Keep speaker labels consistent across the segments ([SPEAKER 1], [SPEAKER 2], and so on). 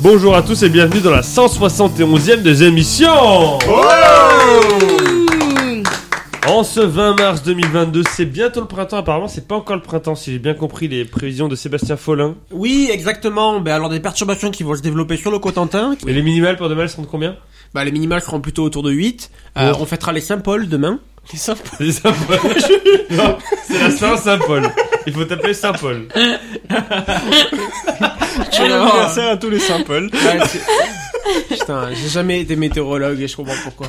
[SPEAKER 1] Bonjour à tous et bienvenue dans la 171e des émissions En ce 20 mars 2022, c'est bientôt le printemps, apparemment c'est pas encore le printemps si j'ai bien compris les prévisions de Sébastien Follin.
[SPEAKER 2] Oui, exactement. Ben alors des perturbations qui vont se développer sur le Cotentin.
[SPEAKER 1] Et les minimales pour demain elles seront de combien
[SPEAKER 2] Bah les minimales seront plutôt autour de 8. Euh, On fêtera les Saint-Paul demain. Les Saint-Paul.
[SPEAKER 1] C'est Saint-Paul Non, c'est la Saint-Saint-Paul Il faut t'appeler Saint-Paul
[SPEAKER 2] Tu vas voir.
[SPEAKER 3] à tous les Saint-Paul.
[SPEAKER 2] Ouais, c'est- Putain, j'ai jamais été météorologue et je comprends pourquoi.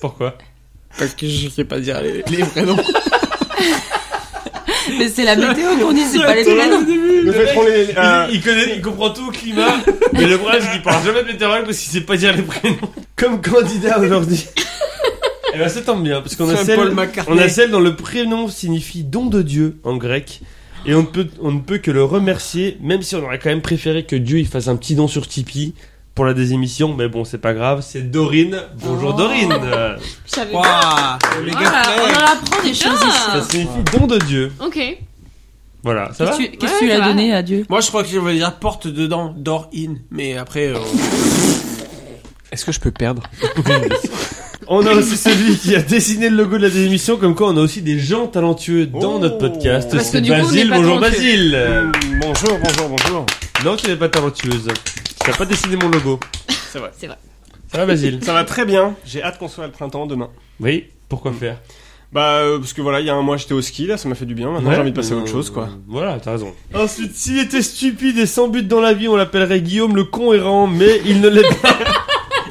[SPEAKER 1] Pourquoi
[SPEAKER 2] Parce que je sais pas dire les, les vrais noms.
[SPEAKER 4] Mais c'est la météo qu'on dit, c'est pas les prénoms.
[SPEAKER 3] Le fait qu'on les. euh,
[SPEAKER 1] il, il connaît, il comprend tout au climat, mais le problème c'est qu'il parle jamais de météorologue parce qu'il sait pas dire les prénoms. Comme candidat aujourd'hui. Eh ben ça tombe bien, parce qu'on a
[SPEAKER 2] Saint
[SPEAKER 1] celle,
[SPEAKER 2] Paul McCartney.
[SPEAKER 1] on a celle dont le prénom signifie don de Dieu en grec. Et on ne peut, on ne peut que le remercier, même si on aurait quand même préféré que Dieu il fasse un petit don sur Tipeee pour la désémission. Mais bon, c'est pas grave, c'est Dorine. Bonjour
[SPEAKER 4] Oh.
[SPEAKER 1] Dorine.
[SPEAKER 5] Ah.
[SPEAKER 1] Euh,
[SPEAKER 4] Je savais
[SPEAKER 2] Waouh,
[SPEAKER 4] pas.
[SPEAKER 2] les gars,
[SPEAKER 4] Voilà,
[SPEAKER 2] frères.
[SPEAKER 4] on en apprend des choses ici.
[SPEAKER 1] Ça signifie don de Dieu.
[SPEAKER 5] Ok.
[SPEAKER 1] Voilà, ça va
[SPEAKER 4] Qu'est-ce que tu- qu'est-ce que
[SPEAKER 5] Ouais,
[SPEAKER 4] tu lui
[SPEAKER 5] ça
[SPEAKER 4] as
[SPEAKER 5] va.
[SPEAKER 4] donné à Dieu
[SPEAKER 2] Moi je crois que je veux dire porte dedans, door in. Mais après. euh,
[SPEAKER 3] Est-ce que je peux perdre
[SPEAKER 1] On a aussi celui qui a dessiné le logo de la démission, comme quoi on a aussi des gens talentueux dans
[SPEAKER 3] Oh.
[SPEAKER 1] notre podcast.
[SPEAKER 5] Parce que
[SPEAKER 1] C'est
[SPEAKER 5] du coup, on
[SPEAKER 1] Basile,
[SPEAKER 5] n'est pas
[SPEAKER 1] bonjour
[SPEAKER 5] talentueux.
[SPEAKER 1] Basile Euh,
[SPEAKER 3] Bonjour, bonjour, bonjour.
[SPEAKER 1] Non, tu n'es pas talentueuse. Tu n'as pas dessiné mon logo.
[SPEAKER 3] C'est vrai.
[SPEAKER 1] Ça va Basile
[SPEAKER 3] Ça va très bien. J'ai hâte qu'on soit à le printemps demain.
[SPEAKER 1] Oui, pourquoi faire
[SPEAKER 3] Bah, euh, parce que voilà, il y a un mois j'étais au ski, là, ça m'a fait du bien. Maintenant j'ai envie de passer à autre chose, quoi.
[SPEAKER 1] Euh, Voilà, t'as raison. Ensuite, s'il était stupide et sans but dans la vie, on l'appellerait Guillaume le con errant, mais il ne l'est pas.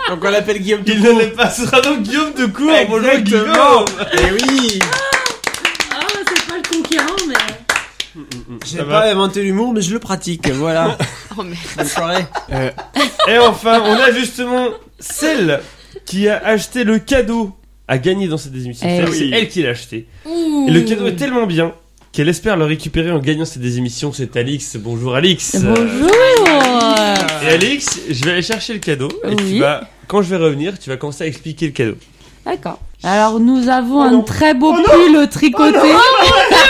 [SPEAKER 2] Donc on l'appelle Guillaume
[SPEAKER 1] il
[SPEAKER 2] Ducourt.
[SPEAKER 1] ne l'est pas. Ce sera donc Guillaume de cours. Bonjour
[SPEAKER 2] Exactement.
[SPEAKER 1] Guillaume.
[SPEAKER 2] Eh oui.
[SPEAKER 4] Ah, c'est pas le conquérant, mais.
[SPEAKER 2] J'ai
[SPEAKER 1] Ça
[SPEAKER 2] pas
[SPEAKER 1] va
[SPEAKER 2] inventé l'humour, mais je le pratique. Voilà.
[SPEAKER 5] Oh merde.
[SPEAKER 2] Bonne soirée.
[SPEAKER 1] Et enfin, on a justement celle qui a acheté le cadeau à gagner dans cette désémission.
[SPEAKER 4] Eh
[SPEAKER 1] C'est-à-dire que
[SPEAKER 3] oui.
[SPEAKER 1] C'est elle qui l'a acheté. Et le cadeau est tellement bien qu'elle espère le récupérer en gagnant cette désémission. C'est Alix. Bonjour Alix.
[SPEAKER 4] Bonjour
[SPEAKER 1] Euh, Et Alix, je vais aller chercher le cadeau. Et tu
[SPEAKER 4] Oui.
[SPEAKER 1] vas, quand je vais revenir, tu vas commencer à expliquer le cadeau.
[SPEAKER 4] D'accord. Alors, nous avons
[SPEAKER 3] non.
[SPEAKER 4] un très beau pull tricoté.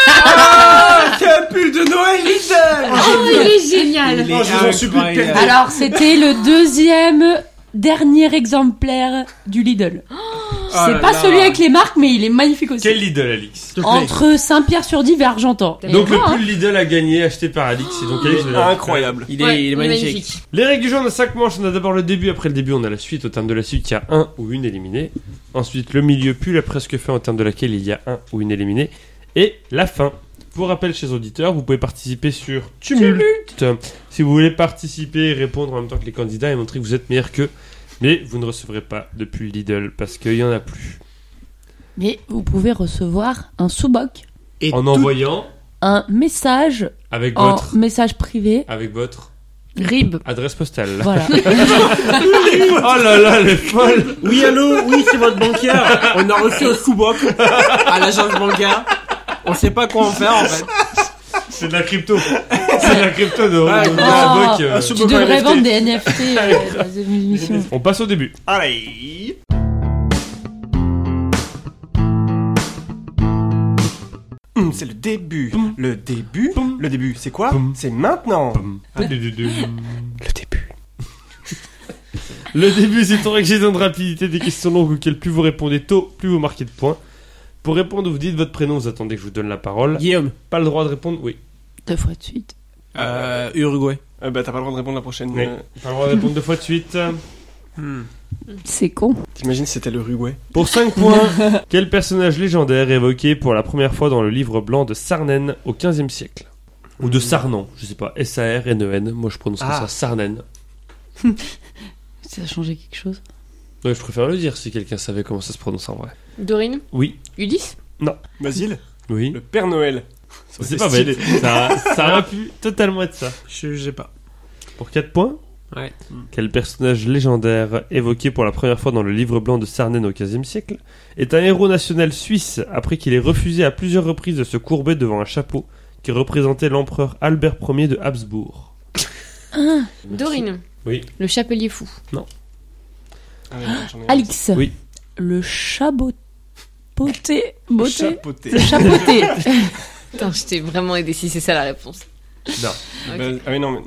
[SPEAKER 2] Ah, quel pull de Noël Lidl
[SPEAKER 5] Oh, il est génial.
[SPEAKER 3] Oh, je vous en supplie,
[SPEAKER 2] incroyable.
[SPEAKER 4] Alors, c'était le deuxième dernier exemplaire du Lidl.
[SPEAKER 2] Oh
[SPEAKER 4] C'est
[SPEAKER 2] là
[SPEAKER 4] pas
[SPEAKER 2] là.
[SPEAKER 4] celui avec les marques, mais il est magnifique aussi.
[SPEAKER 1] Ah Quel Lidl, Alix
[SPEAKER 4] Entre Saint-Pierre-sur-Dive et Argentan.
[SPEAKER 5] T'as
[SPEAKER 1] Donc
[SPEAKER 5] bien,
[SPEAKER 1] le
[SPEAKER 5] hein.
[SPEAKER 1] pull Lidl a gagné, acheté par Alix. Et
[SPEAKER 3] Ah,
[SPEAKER 1] donc Alix, je vais la-
[SPEAKER 3] Incroyable.
[SPEAKER 2] Il est,
[SPEAKER 5] Ouais,
[SPEAKER 2] il est magnifique.
[SPEAKER 1] Les règles du jeu, on a 5 manches. On a d'abord le début, après le début, on a la suite. Au terme de la suite, il y a un ou une éliminée. Ensuite, le milieu, puis la presque fin, au terme de laquelle il y a un ou une éliminée. Et la fin. Pour rappel, chez auditeurs, vous pouvez participer sur Tumult. Si vous voulez participer et répondre en même temps que les candidats et montrer que vous êtes meilleur qu'eux. Mais vous ne recevrez pas depuis Lidl parce qu'il n'y en a plus.
[SPEAKER 4] Mais vous pouvez recevoir un sous-boc,
[SPEAKER 2] Et
[SPEAKER 1] En
[SPEAKER 2] tout-
[SPEAKER 1] envoyant
[SPEAKER 4] un message
[SPEAKER 1] avec
[SPEAKER 4] en
[SPEAKER 1] votre,
[SPEAKER 4] message privé.
[SPEAKER 1] avec votre
[SPEAKER 4] Rib.
[SPEAKER 1] adresse postale.
[SPEAKER 4] Voilà.
[SPEAKER 1] oh là là, les folles
[SPEAKER 2] Oui, allô, oui, c'est votre banquière. On a reçu un sous-boc à l'agence bancaire. On sait pas quoi en faire en fait.
[SPEAKER 1] C'est de la crypto. C'est de la crypto de
[SPEAKER 2] Ouais,
[SPEAKER 1] de- de
[SPEAKER 4] oh.
[SPEAKER 1] Boc, euh.
[SPEAKER 3] Un Ah, sous-
[SPEAKER 4] tu devrais vendre des NFT euh, dans une émission.
[SPEAKER 1] On passe au début.
[SPEAKER 3] Allez Hum, Hum. C'est le début. Le début.
[SPEAKER 1] Boum.
[SPEAKER 3] Le début, c'est quoi
[SPEAKER 1] Boum.
[SPEAKER 3] C'est maintenant. Ah, Le début.
[SPEAKER 1] Le début, c'est un accident de rapidité des questions longues auxquelles plus vous répondez tôt, plus vous marquez de points. Pour répondre, vous dites votre prénom, vous attendez que je vous donne la parole.
[SPEAKER 2] Guillaume,
[SPEAKER 1] Pas le droit de répondre, oui.
[SPEAKER 4] Deux fois de suite.
[SPEAKER 2] euh, Uruguay.
[SPEAKER 3] Euh, bah, t'as pas le droit de répondre la prochaine.
[SPEAKER 1] Oui.
[SPEAKER 3] euh,
[SPEAKER 1] Pas le droit de répondre deux fois de suite.
[SPEAKER 4] C'est con.
[SPEAKER 3] T'imagines si c'était l'Uruguay
[SPEAKER 1] Pour 5 points, quel personnage légendaire est évoqué pour la première fois dans le livre blanc de Sarnen au 15e siècle Ou de Sarnan, je sais pas, S-A-R-N-E-N, E moi je prononce
[SPEAKER 2] Ah.
[SPEAKER 1] ça Sarnen.
[SPEAKER 4] Ça a changé quelque chose.
[SPEAKER 1] Ouais, je préfère le dire si quelqu'un savait comment ça se prononce en vrai.
[SPEAKER 5] Dorine,
[SPEAKER 1] Oui.
[SPEAKER 5] Ulysse
[SPEAKER 3] Basile
[SPEAKER 1] Oui.
[SPEAKER 3] Le Père Noël.
[SPEAKER 1] C'est pas bête. Ça, ça aurait pu totalement être ça.
[SPEAKER 2] Je sais pas.
[SPEAKER 1] Pour 4 points
[SPEAKER 2] Ouais.
[SPEAKER 1] Quel personnage légendaire évoqué pour la première fois dans le livre blanc de Sarnen au XVe siècle est un héros national suisse après qu'il ait refusé à plusieurs reprises de se courber devant un chapeau qui représentait l'empereur Albert Ier de Habsbourg
[SPEAKER 5] Dorine.
[SPEAKER 1] Oui.
[SPEAKER 5] Le chapelier fou.
[SPEAKER 3] Ah ouais, non, j'en ai un.
[SPEAKER 4] Alix.
[SPEAKER 1] Oui.
[SPEAKER 4] Le chaboté. Beauté.
[SPEAKER 3] Chapeauté.
[SPEAKER 4] Le chapoté.
[SPEAKER 5] Putain, je t'ai vraiment aidé si c'est ça la réponse.
[SPEAKER 3] Ben, ah oui, non, mais...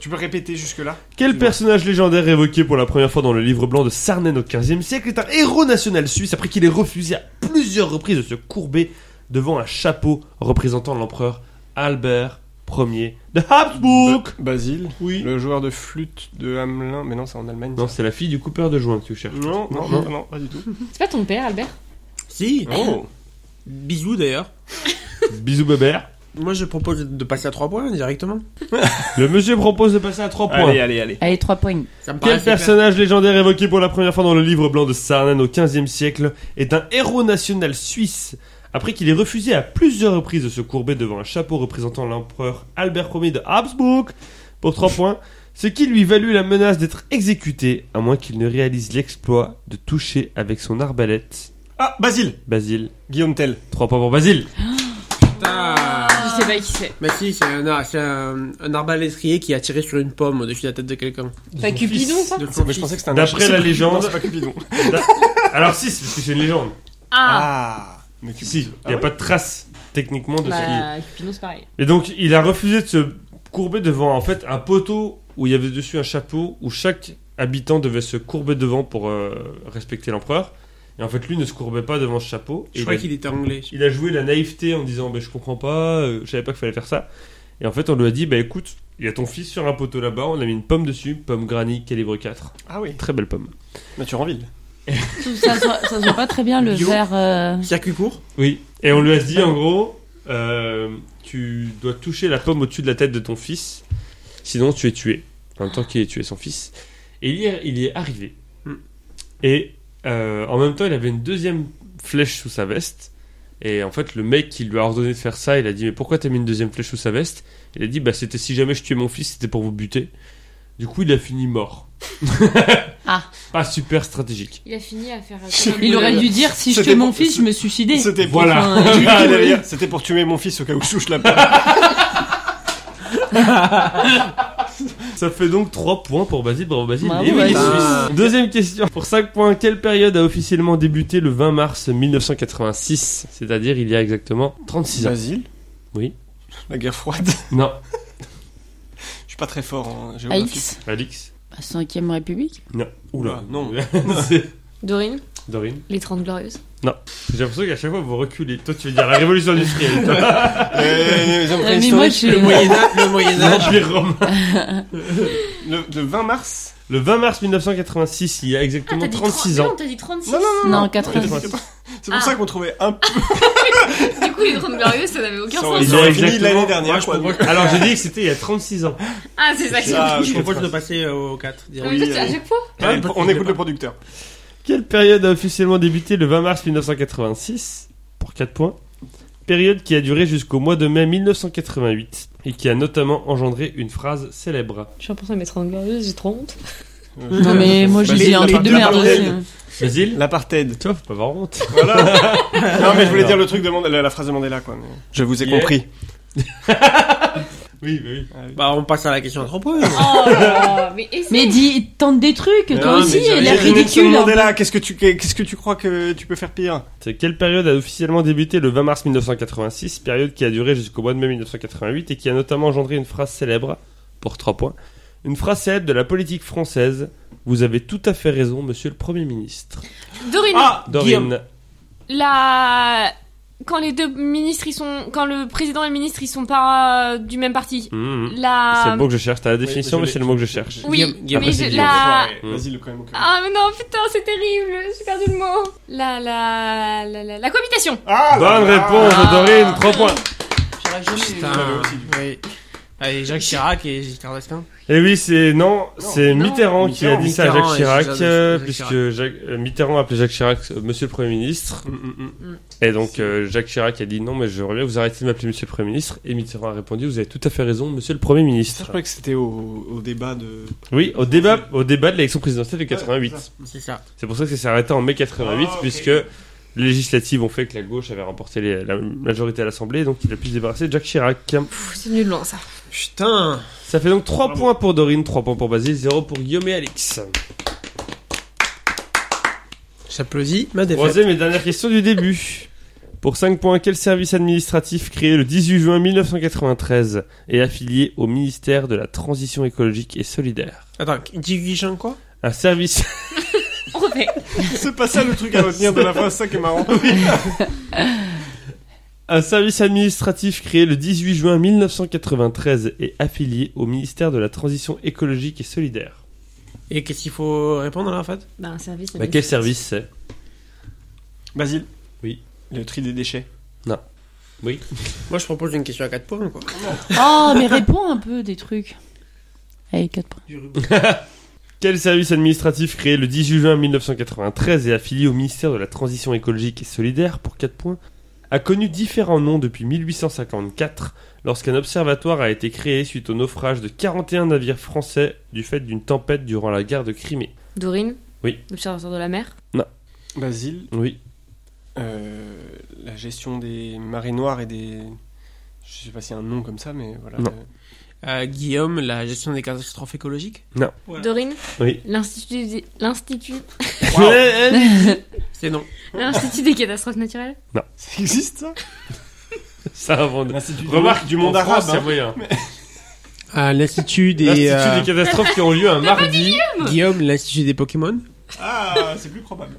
[SPEAKER 3] Tu peux répéter jusque-là
[SPEAKER 1] Quel
[SPEAKER 3] Non.
[SPEAKER 1] personnage légendaire évoqué pour la première fois dans le livre blanc de Sarnen au XVe siècle est un héros national suisse après qu'il ait refusé à plusieurs reprises de se courber devant un chapeau représentant l'empereur Albert Ier de Habsbourg
[SPEAKER 3] Ba- Basile
[SPEAKER 1] Oui.
[SPEAKER 3] Le joueur de flûte de Hamelin Mais non, c'est en Allemagne.
[SPEAKER 1] Non, c'est la fille du coupeur de joint que tu cherches.
[SPEAKER 3] non, non, non, non, pas du tout.
[SPEAKER 5] C'est pas ton père, Albert
[SPEAKER 2] Si,
[SPEAKER 3] Oh
[SPEAKER 2] bisous d'ailleurs.
[SPEAKER 1] Bisous Bébert.
[SPEAKER 2] Moi je propose de passer à 3 points directement.
[SPEAKER 1] Le monsieur propose de passer à 3 points.
[SPEAKER 3] Allez, allez, allez.
[SPEAKER 4] Allez, 3 points.
[SPEAKER 2] Ça me
[SPEAKER 1] Quel
[SPEAKER 2] paraît super.
[SPEAKER 1] personnage légendaire évoqué pour la première fois dans le livre blanc de Sarnen au XVe siècle est un héros national suisse après qu'il ait refusé à plusieurs reprises de se courber devant un chapeau représentant l'empereur Albert Ier de Habsbourg pour 3 points, ce qui lui valut la menace d'être exécuté à moins qu'il ne réalise l'exploit de toucher avec son arbalète
[SPEAKER 3] Ah, Basile
[SPEAKER 1] Basile.
[SPEAKER 3] Guillaume Tell.
[SPEAKER 1] 3 points pour Basile.
[SPEAKER 2] Putain.
[SPEAKER 5] Ah. Je sais pas qui c'est.
[SPEAKER 2] Ah. Mais si, c'est un, ar- c'est un, un arbalétrier qui a tiré sur une pomme au-dessus de la tête de quelqu'un.
[SPEAKER 5] Pas Cupidon, ça
[SPEAKER 2] De son
[SPEAKER 3] Ah. Mais je
[SPEAKER 2] fils.
[SPEAKER 3] pensais que c'était un
[SPEAKER 1] D'après
[SPEAKER 3] archi-
[SPEAKER 1] la
[SPEAKER 3] Non,
[SPEAKER 1] légende-
[SPEAKER 3] c'est pas Cupidon.
[SPEAKER 1] Alors 6 parce que c'est une légende.
[SPEAKER 5] Ah,
[SPEAKER 3] Ah Mais Cupidon.
[SPEAKER 1] Si, il n'y a pas de trace techniquement de ce qui est.
[SPEAKER 5] Bah, Cupidon, c'est pareil.
[SPEAKER 1] Et donc, il a refusé de se courber devant en fait un poteau où il y avait dessus un chapeau où chaque habitant devait se courber devant pour euh, respecter l'empereur. Et en fait, lui ne se courbait pas devant ce chapeau. Et
[SPEAKER 2] Je
[SPEAKER 1] il,
[SPEAKER 2] crois
[SPEAKER 1] a,
[SPEAKER 2] qu'il était anglais.
[SPEAKER 1] il a joué la naïveté en disant bah, Je comprends pas, euh, je savais pas qu'il fallait faire ça. Et en fait, on lui a dit Bah écoute, il y a ton fils sur un poteau là-bas, on a mis une pomme dessus, pomme granny calibre 4.
[SPEAKER 3] Ah oui.
[SPEAKER 1] Très belle pomme.
[SPEAKER 3] Nature en ville.
[SPEAKER 4] Ça se ça se voit pas très bien le
[SPEAKER 2] Bio.
[SPEAKER 4] verre. euh,
[SPEAKER 2] Circuit court
[SPEAKER 1] Oui. Et on lui a dit en gros euh, Tu dois toucher la pomme au-dessus de la tête de ton fils, sinon tu es tué. En même temps qu'il ait tué son fils. Et il y est, il y est arrivé.
[SPEAKER 2] Mm.
[SPEAKER 1] Et euh, en même temps, il avait une deuxième flèche sous sa veste. Et en fait, le mec qui lui a ordonné de faire ça, il a dit Mais pourquoi t'as mis une deuxième flèche sous sa veste Il a dit Bah, c'était si jamais je tuais mon fils, c'était pour vous buter. Du coup, il a fini mort.
[SPEAKER 4] Ah.
[SPEAKER 1] Pas super stratégique.
[SPEAKER 5] Il a fini à faire. euh,
[SPEAKER 4] Il aurait dû dire si je
[SPEAKER 3] C'était
[SPEAKER 4] tuais mon
[SPEAKER 3] pour-
[SPEAKER 4] fils, je me suicidais.
[SPEAKER 3] C'était pour...
[SPEAKER 1] Voilà.
[SPEAKER 4] Enfin,
[SPEAKER 3] Ah, derrière, C'était pour tuer mon fils au cas où je touche la pomme.
[SPEAKER 1] Ça fait donc 3 points pour Basile. Bravo Basile.
[SPEAKER 4] Bravo,
[SPEAKER 1] Et oui, il
[SPEAKER 4] Basile.
[SPEAKER 1] est suisse. Deuxième question. Pour 5 points, quelle période a officiellement débuté le 20 mars 1986 C'est-à-dire il y a exactement 36 ans.
[SPEAKER 3] Basile
[SPEAKER 1] Oui.
[SPEAKER 3] La guerre froide.
[SPEAKER 1] Non.
[SPEAKER 3] Je suis pas très fort en géographie.
[SPEAKER 4] Alix,
[SPEAKER 1] Alix
[SPEAKER 4] la 5ème République.
[SPEAKER 1] Non. Oula.
[SPEAKER 3] Ah, non.
[SPEAKER 1] C'est-
[SPEAKER 5] Dorine,
[SPEAKER 1] Dorine
[SPEAKER 5] les 30 glorieuses.
[SPEAKER 1] J'ai l'impression qu'à chaque fois vous reculez. Toi tu veux dire la révolution industrielle. toi.
[SPEAKER 3] Euh, les hommes
[SPEAKER 4] Euh, mais moi,
[SPEAKER 3] préhistoriques.
[SPEAKER 4] je-
[SPEAKER 2] Le Moyen-Âge, le Moyen-Âge.
[SPEAKER 1] L'Empire romain.
[SPEAKER 3] Le le 20 mars
[SPEAKER 1] Le 20 mars 1986, il y a exactement 36 ans.
[SPEAKER 5] Ah, t'as dit 36.
[SPEAKER 3] Non, non, non,
[SPEAKER 4] Non,
[SPEAKER 3] C'est
[SPEAKER 4] 86.
[SPEAKER 3] pour
[SPEAKER 5] Ah. Ah,
[SPEAKER 3] ça qu'on trouvait un peu.
[SPEAKER 5] Du coup, les 30 glorieuses, ça n'avait aucun
[SPEAKER 3] Ils
[SPEAKER 5] sens.
[SPEAKER 1] Ils
[SPEAKER 3] auraient
[SPEAKER 1] ont
[SPEAKER 3] fini
[SPEAKER 1] exactement-
[SPEAKER 3] l'année dernière.
[SPEAKER 2] Moi, je
[SPEAKER 3] quoi.
[SPEAKER 2] comprends
[SPEAKER 1] Alors j'ai dit que c'était il y a 36 ans.
[SPEAKER 5] Ah, c'est ça qui
[SPEAKER 3] Ah,
[SPEAKER 2] Je propose de passer euh, au Bah, 4.
[SPEAKER 5] Non,
[SPEAKER 2] direct.
[SPEAKER 5] mais
[SPEAKER 3] oui,
[SPEAKER 5] toi, tu- à
[SPEAKER 3] euh,
[SPEAKER 5] chaque fois
[SPEAKER 3] Allez, on écoute le producteur.
[SPEAKER 1] Quelle période a officiellement débuté le 20 mars 1986 pour 4 points Période qui a duré jusqu'au mois de mai 1988 et qui a notamment engendré une phrase célèbre.
[SPEAKER 5] Je suis en train de mes 30 glorieuses, j'ai trop honte.
[SPEAKER 4] Non mais moi j'ai
[SPEAKER 3] Basile,
[SPEAKER 4] dit un
[SPEAKER 3] la
[SPEAKER 4] truc de
[SPEAKER 3] part-
[SPEAKER 4] merde
[SPEAKER 3] la
[SPEAKER 4] aussi. hein.
[SPEAKER 3] parole.
[SPEAKER 1] Basile
[SPEAKER 3] L'apartheid.
[SPEAKER 1] Toi, faut pas avoir honte.
[SPEAKER 3] Voilà. non, mais je voulais
[SPEAKER 1] Non.
[SPEAKER 3] dire le truc de Mandela- la, la phrase de Mandela, quoi. mais- Je vous ai
[SPEAKER 1] Yeah.
[SPEAKER 3] compris.
[SPEAKER 1] Oui, oui.
[SPEAKER 2] Bah, on passe à la question à 3 points.
[SPEAKER 5] Oh là Mais essaye
[SPEAKER 4] Mais dis, tente des trucs,
[SPEAKER 3] Non,
[SPEAKER 4] toi
[SPEAKER 2] mais
[SPEAKER 4] aussi,
[SPEAKER 2] j'avais
[SPEAKER 4] elle est
[SPEAKER 2] jamais
[SPEAKER 4] ridicule. hein.
[SPEAKER 3] Mandela, qu'est-ce que tu, qu'est-ce que tu crois que tu peux faire pire
[SPEAKER 1] C'est Quelle période a officiellement débuté le 20 mars 1986 Période qui a duré jusqu'au mois de mai 1988 et qui a notamment engendré une phrase célèbre pour 3 points. Une phrase célèbre de la politique française. Vous avez tout à fait raison, monsieur le Premier ministre.
[SPEAKER 5] Dorine,
[SPEAKER 2] Ah, Guillaume.
[SPEAKER 1] Dorine.
[SPEAKER 5] la. Quand les deux ministres, ils sont. Quand le président et le ministre, ils sont pas euh, du même parti.
[SPEAKER 1] Mhm.
[SPEAKER 5] La.
[SPEAKER 1] C'est le mot que je cherche. T'as la définition,
[SPEAKER 3] je
[SPEAKER 1] mais
[SPEAKER 3] l'ai.
[SPEAKER 1] c'est le mot que je cherche.
[SPEAKER 5] Oui,
[SPEAKER 2] Guillaume- Guillaume,
[SPEAKER 5] mais
[SPEAKER 1] après, c'est
[SPEAKER 5] je-
[SPEAKER 1] Guillaume.
[SPEAKER 5] la.
[SPEAKER 1] Mm.
[SPEAKER 3] Ah! Vas-y, le quand même. au cœur.
[SPEAKER 5] Ah mais non putain c'est terrible j'ai perdu le mot la la la la, la cohabitation
[SPEAKER 3] Ah,
[SPEAKER 1] Bonne
[SPEAKER 3] là, là.
[SPEAKER 1] réponse,
[SPEAKER 5] Ah.
[SPEAKER 1] Dorine, 3 points.
[SPEAKER 4] hein.
[SPEAKER 2] Putain. Oui. Allez, Jacques Chirac et Giscard d'Estaing.
[SPEAKER 1] Et Eh oui, c'est non, c'est
[SPEAKER 2] non.
[SPEAKER 1] Mitterrand, qui a
[SPEAKER 2] Mitterrand,
[SPEAKER 1] dit ça à
[SPEAKER 2] Mitterrand,
[SPEAKER 1] Jacques
[SPEAKER 2] et
[SPEAKER 1] Chirac,
[SPEAKER 2] Jacques-
[SPEAKER 1] euh,
[SPEAKER 2] Jacques
[SPEAKER 1] puisque Jacques, euh, Mitterrand a appelé Jacques Chirac euh, Monsieur le Premier ministre.
[SPEAKER 3] Mm, mm, mm.
[SPEAKER 1] Et donc euh, Jacques Chirac a dit non, mais je reviens, vous arrêtez de m'appeler Monsieur le Premier ministre. Et Mitterrand a répondu, vous avez tout à fait raison, Monsieur le Premier
[SPEAKER 3] Ça, je
[SPEAKER 1] ministre.
[SPEAKER 3] croyais que c'était au, au débat de.
[SPEAKER 1] Oui, au débat, au débat de l'élection présidentielle de 88.
[SPEAKER 2] C'est ça.
[SPEAKER 1] C'est pour ça que ça s'est arrêté en mai 88,
[SPEAKER 3] Ah, ok.
[SPEAKER 1] puisque les législatives ont fait que la gauche avait remporté les- la majorité à l'Assemblée, donc il a pu se débarrasser de Jacques Chirac.
[SPEAKER 5] Pff, c'est nul loin ça
[SPEAKER 2] Putain.
[SPEAKER 1] Ça fait donc 3
[SPEAKER 3] Bravo.
[SPEAKER 1] points pour Dorine, 3 points pour Basile, 0 pour Guillaume et Alix.
[SPEAKER 2] J'applaudis ma défaite.
[SPEAKER 1] Troisième et dernière question du début. Pour 5 points, quel service administratif créé le 18 juin 1993 et affilié au ministère de la Transition écologique et solidaire
[SPEAKER 2] Attends, Digijan quoi
[SPEAKER 1] Un service
[SPEAKER 5] On refait.
[SPEAKER 3] C'est pas ça le truc à retenir de la phrase, ça qui est marrant.
[SPEAKER 1] Un service administratif créé le 18 juin 1993 et affilié au ministère de la Transition écologique et solidaire.
[SPEAKER 2] Et qu'est-ce qu'il faut répondre là en fait
[SPEAKER 5] Bah, un service.
[SPEAKER 1] Bah, quel service c'est
[SPEAKER 3] Basile.
[SPEAKER 1] Oui.
[SPEAKER 3] Le tri des déchets.
[SPEAKER 1] Oui.
[SPEAKER 2] Moi je propose une question à 4 points quoi.
[SPEAKER 4] Oh, mais réponds un peu des trucs. Allez, 4 points.
[SPEAKER 1] Quel service administratif créé le 18 juin 1993 et affilié au ministère de la Transition écologique et solidaire pour 4 points a connu différents noms depuis 1854 lorsqu'un observatoire a été créé suite au naufrage de 41 navires français du fait d'une tempête durant la guerre de Crimée.
[SPEAKER 5] Dorine
[SPEAKER 1] Oui.
[SPEAKER 5] L'observateur de la mer
[SPEAKER 3] Basile.
[SPEAKER 1] Oui.
[SPEAKER 3] Euh, la gestion des marées noires et des. Je sais pas s'il y a un nom comme ça, mais voilà.
[SPEAKER 1] Non.
[SPEAKER 3] Euh,
[SPEAKER 2] Euh, Guillaume, la gestion des catastrophes écologiques Voilà.
[SPEAKER 5] Dorine
[SPEAKER 1] Oui.
[SPEAKER 5] L'Institut. L'Institut.
[SPEAKER 3] Euh,
[SPEAKER 2] C'est non.
[SPEAKER 5] L'Institut des catastrophes naturelles
[SPEAKER 3] Ça existe ça
[SPEAKER 1] Ça avant de-
[SPEAKER 3] L'Institut
[SPEAKER 1] Remarque du monde
[SPEAKER 3] en
[SPEAKER 1] arabe,
[SPEAKER 3] France,
[SPEAKER 1] c'est
[SPEAKER 3] hein.
[SPEAKER 1] moyen.
[SPEAKER 2] Euh,
[SPEAKER 1] L'Institut
[SPEAKER 2] L'Institut des. euh,
[SPEAKER 1] des catastrophes qui ont lieu un
[SPEAKER 4] Ah,
[SPEAKER 1] mardi.
[SPEAKER 2] Guillaume, l'Institut des Pokémon
[SPEAKER 3] Ah, c'est plus probable.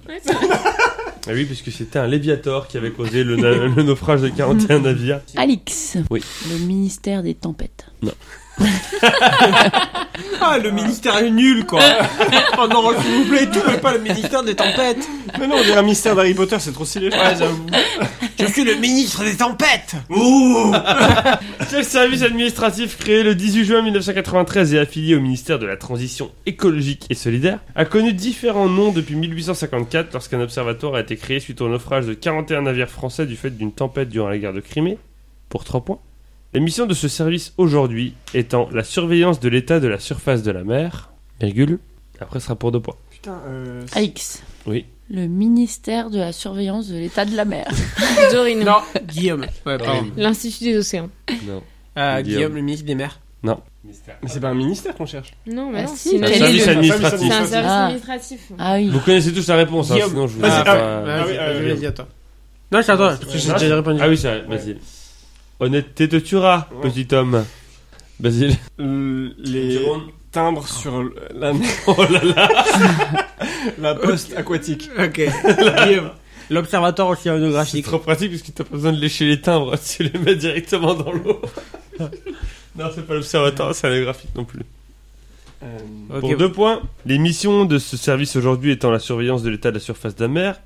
[SPEAKER 1] Ah oui, parce que c'était un Léviator qui avait causé le, na- le naufrage de 41 navires.
[SPEAKER 4] Alix.
[SPEAKER 1] Oui.
[SPEAKER 4] Le ministère des tempêtes.
[SPEAKER 2] Ah, le ministère est nul quoi Oh non, s'il vous plaît, tu veux pas le ministère des tempêtes
[SPEAKER 3] Mais non, on dirait un mystère d'Harry Potter, c'est trop stylé.
[SPEAKER 2] Ouais, j'avoue. Je suis le ministre des tempêtes Ouh
[SPEAKER 1] Quel service administratif créé le 18 juin 1993 et affilié au ministère de la Transition écologique et solidaire a connu différents noms depuis 1854 lorsqu'un observatoire a été créé suite au naufrage de 41 navires français du fait d'une tempête durant la guerre de Crimée, pour 3 points. Les missions de ce service aujourd'hui étant la surveillance de l'état de la surface de la mer, virgule, après ce sera pour 2 points.
[SPEAKER 3] Putain, euh. c'est-
[SPEAKER 4] Alix.
[SPEAKER 1] Oui.
[SPEAKER 4] Le ministère de la surveillance de l'état de la mer.
[SPEAKER 5] Dorine.
[SPEAKER 2] Non, Guillaume. Ouais, pardon.
[SPEAKER 5] L'Institut des océans.
[SPEAKER 1] Non.
[SPEAKER 2] Euh,
[SPEAKER 1] Ah Guillaume.
[SPEAKER 2] Guillaume, le ministre des mers.
[SPEAKER 3] Mais c'est pas un ministère qu'on cherche.
[SPEAKER 5] Non, mais
[SPEAKER 4] Ah
[SPEAKER 5] non,
[SPEAKER 4] si,
[SPEAKER 5] c'est une-
[SPEAKER 1] Un
[SPEAKER 4] Quel est
[SPEAKER 1] service
[SPEAKER 4] le-
[SPEAKER 5] c'est
[SPEAKER 1] administratif.
[SPEAKER 5] un service
[SPEAKER 4] Ah.
[SPEAKER 5] administratif.
[SPEAKER 4] Ah oui.
[SPEAKER 1] Vous connaissez tous la réponse, hein,
[SPEAKER 2] Guillaume.
[SPEAKER 1] sinon je vous.
[SPEAKER 3] Vas-y,
[SPEAKER 1] Ah,
[SPEAKER 3] ah
[SPEAKER 1] pas-
[SPEAKER 3] ouais.
[SPEAKER 2] Vas-y,
[SPEAKER 3] oui,
[SPEAKER 2] vas-y,
[SPEAKER 3] oui.
[SPEAKER 2] vas-y, attends. Non, c'est à toi, parce que j'ai
[SPEAKER 3] Ah,
[SPEAKER 2] déjà répondu.
[SPEAKER 1] Ah oui, c'est vrai, Basile. Honnêteté te tuera,
[SPEAKER 3] Ouais.
[SPEAKER 1] petit homme. Basile.
[SPEAKER 3] Euh, les
[SPEAKER 1] Gironde.
[SPEAKER 3] timbres sur l- la
[SPEAKER 1] Oh là là.
[SPEAKER 3] la poste aquatique.
[SPEAKER 2] Ok. Guillaume. L'observatoire
[SPEAKER 1] C'est
[SPEAKER 2] océanographique.
[SPEAKER 1] trop pratique parce que t'as pas besoin de lécher les timbres, tu les mets directement dans l'eau. non, c'est pas l'observatoire, c'est le graphique non plus.
[SPEAKER 3] Euh,
[SPEAKER 2] Ok.
[SPEAKER 1] Pour deux points, les missions de ce service aujourd'hui étant la surveillance de l'état de la surface de la mer,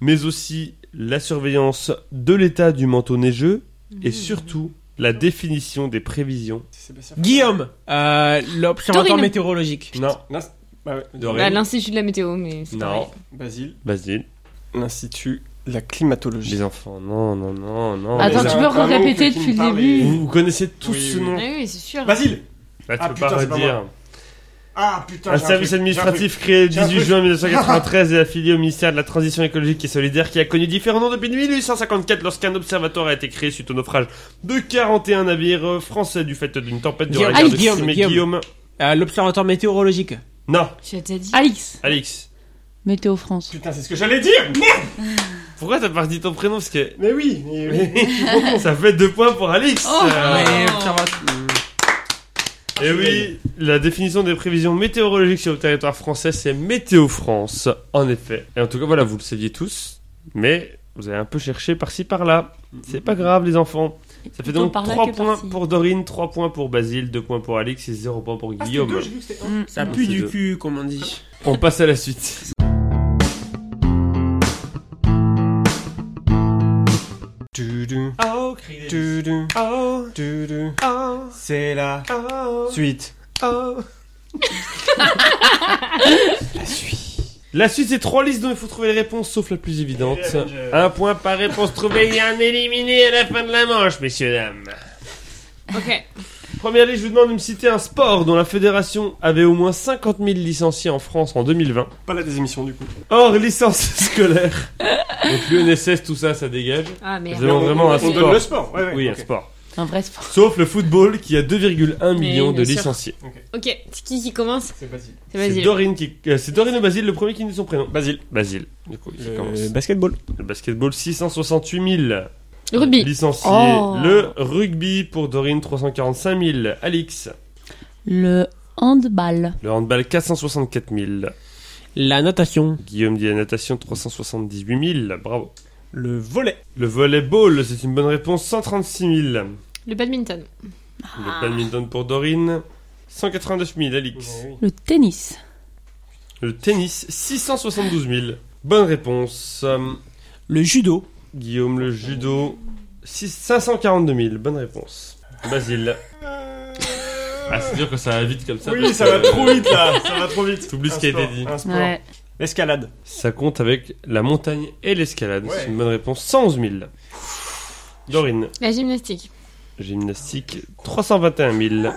[SPEAKER 1] mais aussi la surveillance de l'état du manteau neigeux
[SPEAKER 3] Mhm.
[SPEAKER 1] et surtout la définition des prévisions.
[SPEAKER 3] c'est Sébastien.
[SPEAKER 2] Guillaume, euh, l'observatoire
[SPEAKER 5] Dorine.
[SPEAKER 2] météorologique.
[SPEAKER 1] Non,
[SPEAKER 3] Non, c'est- bah ouais.
[SPEAKER 1] De rien.
[SPEAKER 5] Bah, L'Institut de la météo, mais c'est
[SPEAKER 1] non,
[SPEAKER 3] Basile.
[SPEAKER 1] Basile.
[SPEAKER 3] L'Institut de la climatologie.
[SPEAKER 1] Les enfants, non, non, non, non.
[SPEAKER 4] Attends,
[SPEAKER 3] Mais
[SPEAKER 4] tu
[SPEAKER 3] c'est
[SPEAKER 4] peux
[SPEAKER 3] un- un
[SPEAKER 4] répéter
[SPEAKER 3] oncle qui me
[SPEAKER 4] depuis le
[SPEAKER 3] parlait.
[SPEAKER 4] début.
[SPEAKER 1] Vous, vous connaissez tous
[SPEAKER 3] Oui,
[SPEAKER 1] ce
[SPEAKER 3] oui,
[SPEAKER 1] nom.
[SPEAKER 5] Ah oui, c'est sûr.
[SPEAKER 3] Basile
[SPEAKER 1] Là, tu
[SPEAKER 3] Ah,
[SPEAKER 1] peux
[SPEAKER 3] putain,
[SPEAKER 1] pas
[SPEAKER 3] c'est pas
[SPEAKER 1] redire.
[SPEAKER 3] Ah putain,
[SPEAKER 1] Un
[SPEAKER 3] j'ai
[SPEAKER 1] service
[SPEAKER 3] truc, j'ai un truc.
[SPEAKER 1] administratif créé le
[SPEAKER 3] J'ai un
[SPEAKER 1] 18
[SPEAKER 3] truc.
[SPEAKER 1] juin 1993 et affilié au ministère de la Transition écologique et solidaire qui a connu différents noms depuis 1854 lorsqu'un observatoire a été créé suite au naufrage de 41 navires euh, français du fait d'une tempête durant la guerre
[SPEAKER 4] Guillaume.
[SPEAKER 1] de
[SPEAKER 2] Guillaume,
[SPEAKER 1] Crimée.
[SPEAKER 2] Guillaume.
[SPEAKER 1] Guillaume.
[SPEAKER 2] Euh, l'observatoire météorologique.
[SPEAKER 1] Non,
[SPEAKER 5] Tu as déjà dit
[SPEAKER 4] Alix.
[SPEAKER 1] Alix.
[SPEAKER 4] Météo France.
[SPEAKER 3] Putain, c'est ce que j'allais dire.
[SPEAKER 1] Pourquoi t'as pas dit ton prénom Parce que
[SPEAKER 3] Mais oui, mais oui. Oh.
[SPEAKER 1] ça fait deux points pour Alix.
[SPEAKER 4] Oh.
[SPEAKER 1] Euh,
[SPEAKER 2] Ouais, l'observatoire-
[SPEAKER 1] Et Eh oui, la définition des prévisions météorologiques sur le territoire français, c'est Météo France, en effet. Et en tout cas, voilà, vous le saviez tous, mais vous avez un peu cherché par-ci par-là. C'est pas grave, les enfants. Ça fait
[SPEAKER 4] Plutôt
[SPEAKER 1] donc
[SPEAKER 4] par là
[SPEAKER 1] 3
[SPEAKER 4] que
[SPEAKER 1] points
[SPEAKER 4] par-ci.
[SPEAKER 1] pour Dorine, 3 points pour Basile, 2 points pour Alix et 0 points pour Guillaume.
[SPEAKER 2] Ça
[SPEAKER 1] Non, Ah,
[SPEAKER 2] pue
[SPEAKER 1] c'est
[SPEAKER 2] du
[SPEAKER 1] deux.
[SPEAKER 2] cul, comme on dit.
[SPEAKER 1] On passe à la suite.
[SPEAKER 3] Tudu,
[SPEAKER 1] Oh,
[SPEAKER 3] tudu,
[SPEAKER 1] oh,
[SPEAKER 3] tudu.
[SPEAKER 1] oh,
[SPEAKER 3] C'est la
[SPEAKER 1] oh.
[SPEAKER 3] suite.
[SPEAKER 1] la suite. La suite, c'est trois listes dont il faut trouver les réponses, sauf la plus évidente. Un point par réponse trouvée, il y a un éliminé à la fin de la manche, messieurs, dames.
[SPEAKER 5] Ok.
[SPEAKER 1] Première liste, je vous demande de me citer un sport dont la fédération avait au moins 50 000 licenciés en France en 2020,
[SPEAKER 3] Pas la des émissions du coup.
[SPEAKER 1] hors licence scolaire. Donc l'UNSS, tout ça, ça dégage.
[SPEAKER 5] Ah merde.
[SPEAKER 1] Vraiment, vraiment un
[SPEAKER 5] Ah,
[SPEAKER 3] on
[SPEAKER 1] sport.
[SPEAKER 3] donne le sport. Ouais, ouais,
[SPEAKER 1] Oui,
[SPEAKER 3] ok.
[SPEAKER 1] un sport.
[SPEAKER 4] Un vrai sport.
[SPEAKER 1] Sauf le football qui a 2,1
[SPEAKER 5] Mais
[SPEAKER 1] millions de
[SPEAKER 5] bien sûr.
[SPEAKER 1] licenciés.
[SPEAKER 5] Ok, c'est qui qui commence
[SPEAKER 3] C'est facile.
[SPEAKER 5] C'est
[SPEAKER 1] C'est
[SPEAKER 5] Basile.
[SPEAKER 1] Dorine, qui... euh, c'est Dorine ou Basile, le premier qui nous dit son prénom.
[SPEAKER 3] Basile.
[SPEAKER 1] Basile, du coup, qui commence.
[SPEAKER 3] Euh, basketball.
[SPEAKER 1] Le Euh, basketball, 668 000
[SPEAKER 4] Rugby.
[SPEAKER 1] licenciés.
[SPEAKER 4] Oh.
[SPEAKER 1] Le rugby pour Dorine, 345 000. Alix,
[SPEAKER 4] Le handball.
[SPEAKER 1] le handball, 464 000.
[SPEAKER 2] La natation.
[SPEAKER 1] Guillaume dit la natation, 378 000. Bravo.
[SPEAKER 3] Le volet.
[SPEAKER 1] Le volleyball, c'est une bonne réponse, 136 000.
[SPEAKER 5] Le badminton. Ah.
[SPEAKER 1] Le badminton pour Dorine, 189 000. Alix.
[SPEAKER 4] Le tennis.
[SPEAKER 1] Le tennis, 672 000. Bonne réponse. Euh,
[SPEAKER 2] Le judo.
[SPEAKER 1] Guillaume, le judo, 6 542 000. Bonne réponse. Basile. Ah, c'est dur que ça va vite comme ça.
[SPEAKER 3] Oui,
[SPEAKER 1] parce
[SPEAKER 3] ça
[SPEAKER 1] que,
[SPEAKER 3] va trop
[SPEAKER 1] euh,
[SPEAKER 3] vite là. Ça va trop vite.
[SPEAKER 1] T'oublies ce
[SPEAKER 3] Un
[SPEAKER 1] qui a été
[SPEAKER 3] sport,
[SPEAKER 1] dit.
[SPEAKER 3] un sport.
[SPEAKER 4] Ouais.
[SPEAKER 3] L'escalade.
[SPEAKER 1] Ça compte avec la montagne et l'escalade.
[SPEAKER 3] Ouais.
[SPEAKER 1] C'est une bonne réponse. 111 000. Dorine.
[SPEAKER 5] La gymnastique.
[SPEAKER 1] Gymnastique, 321 000.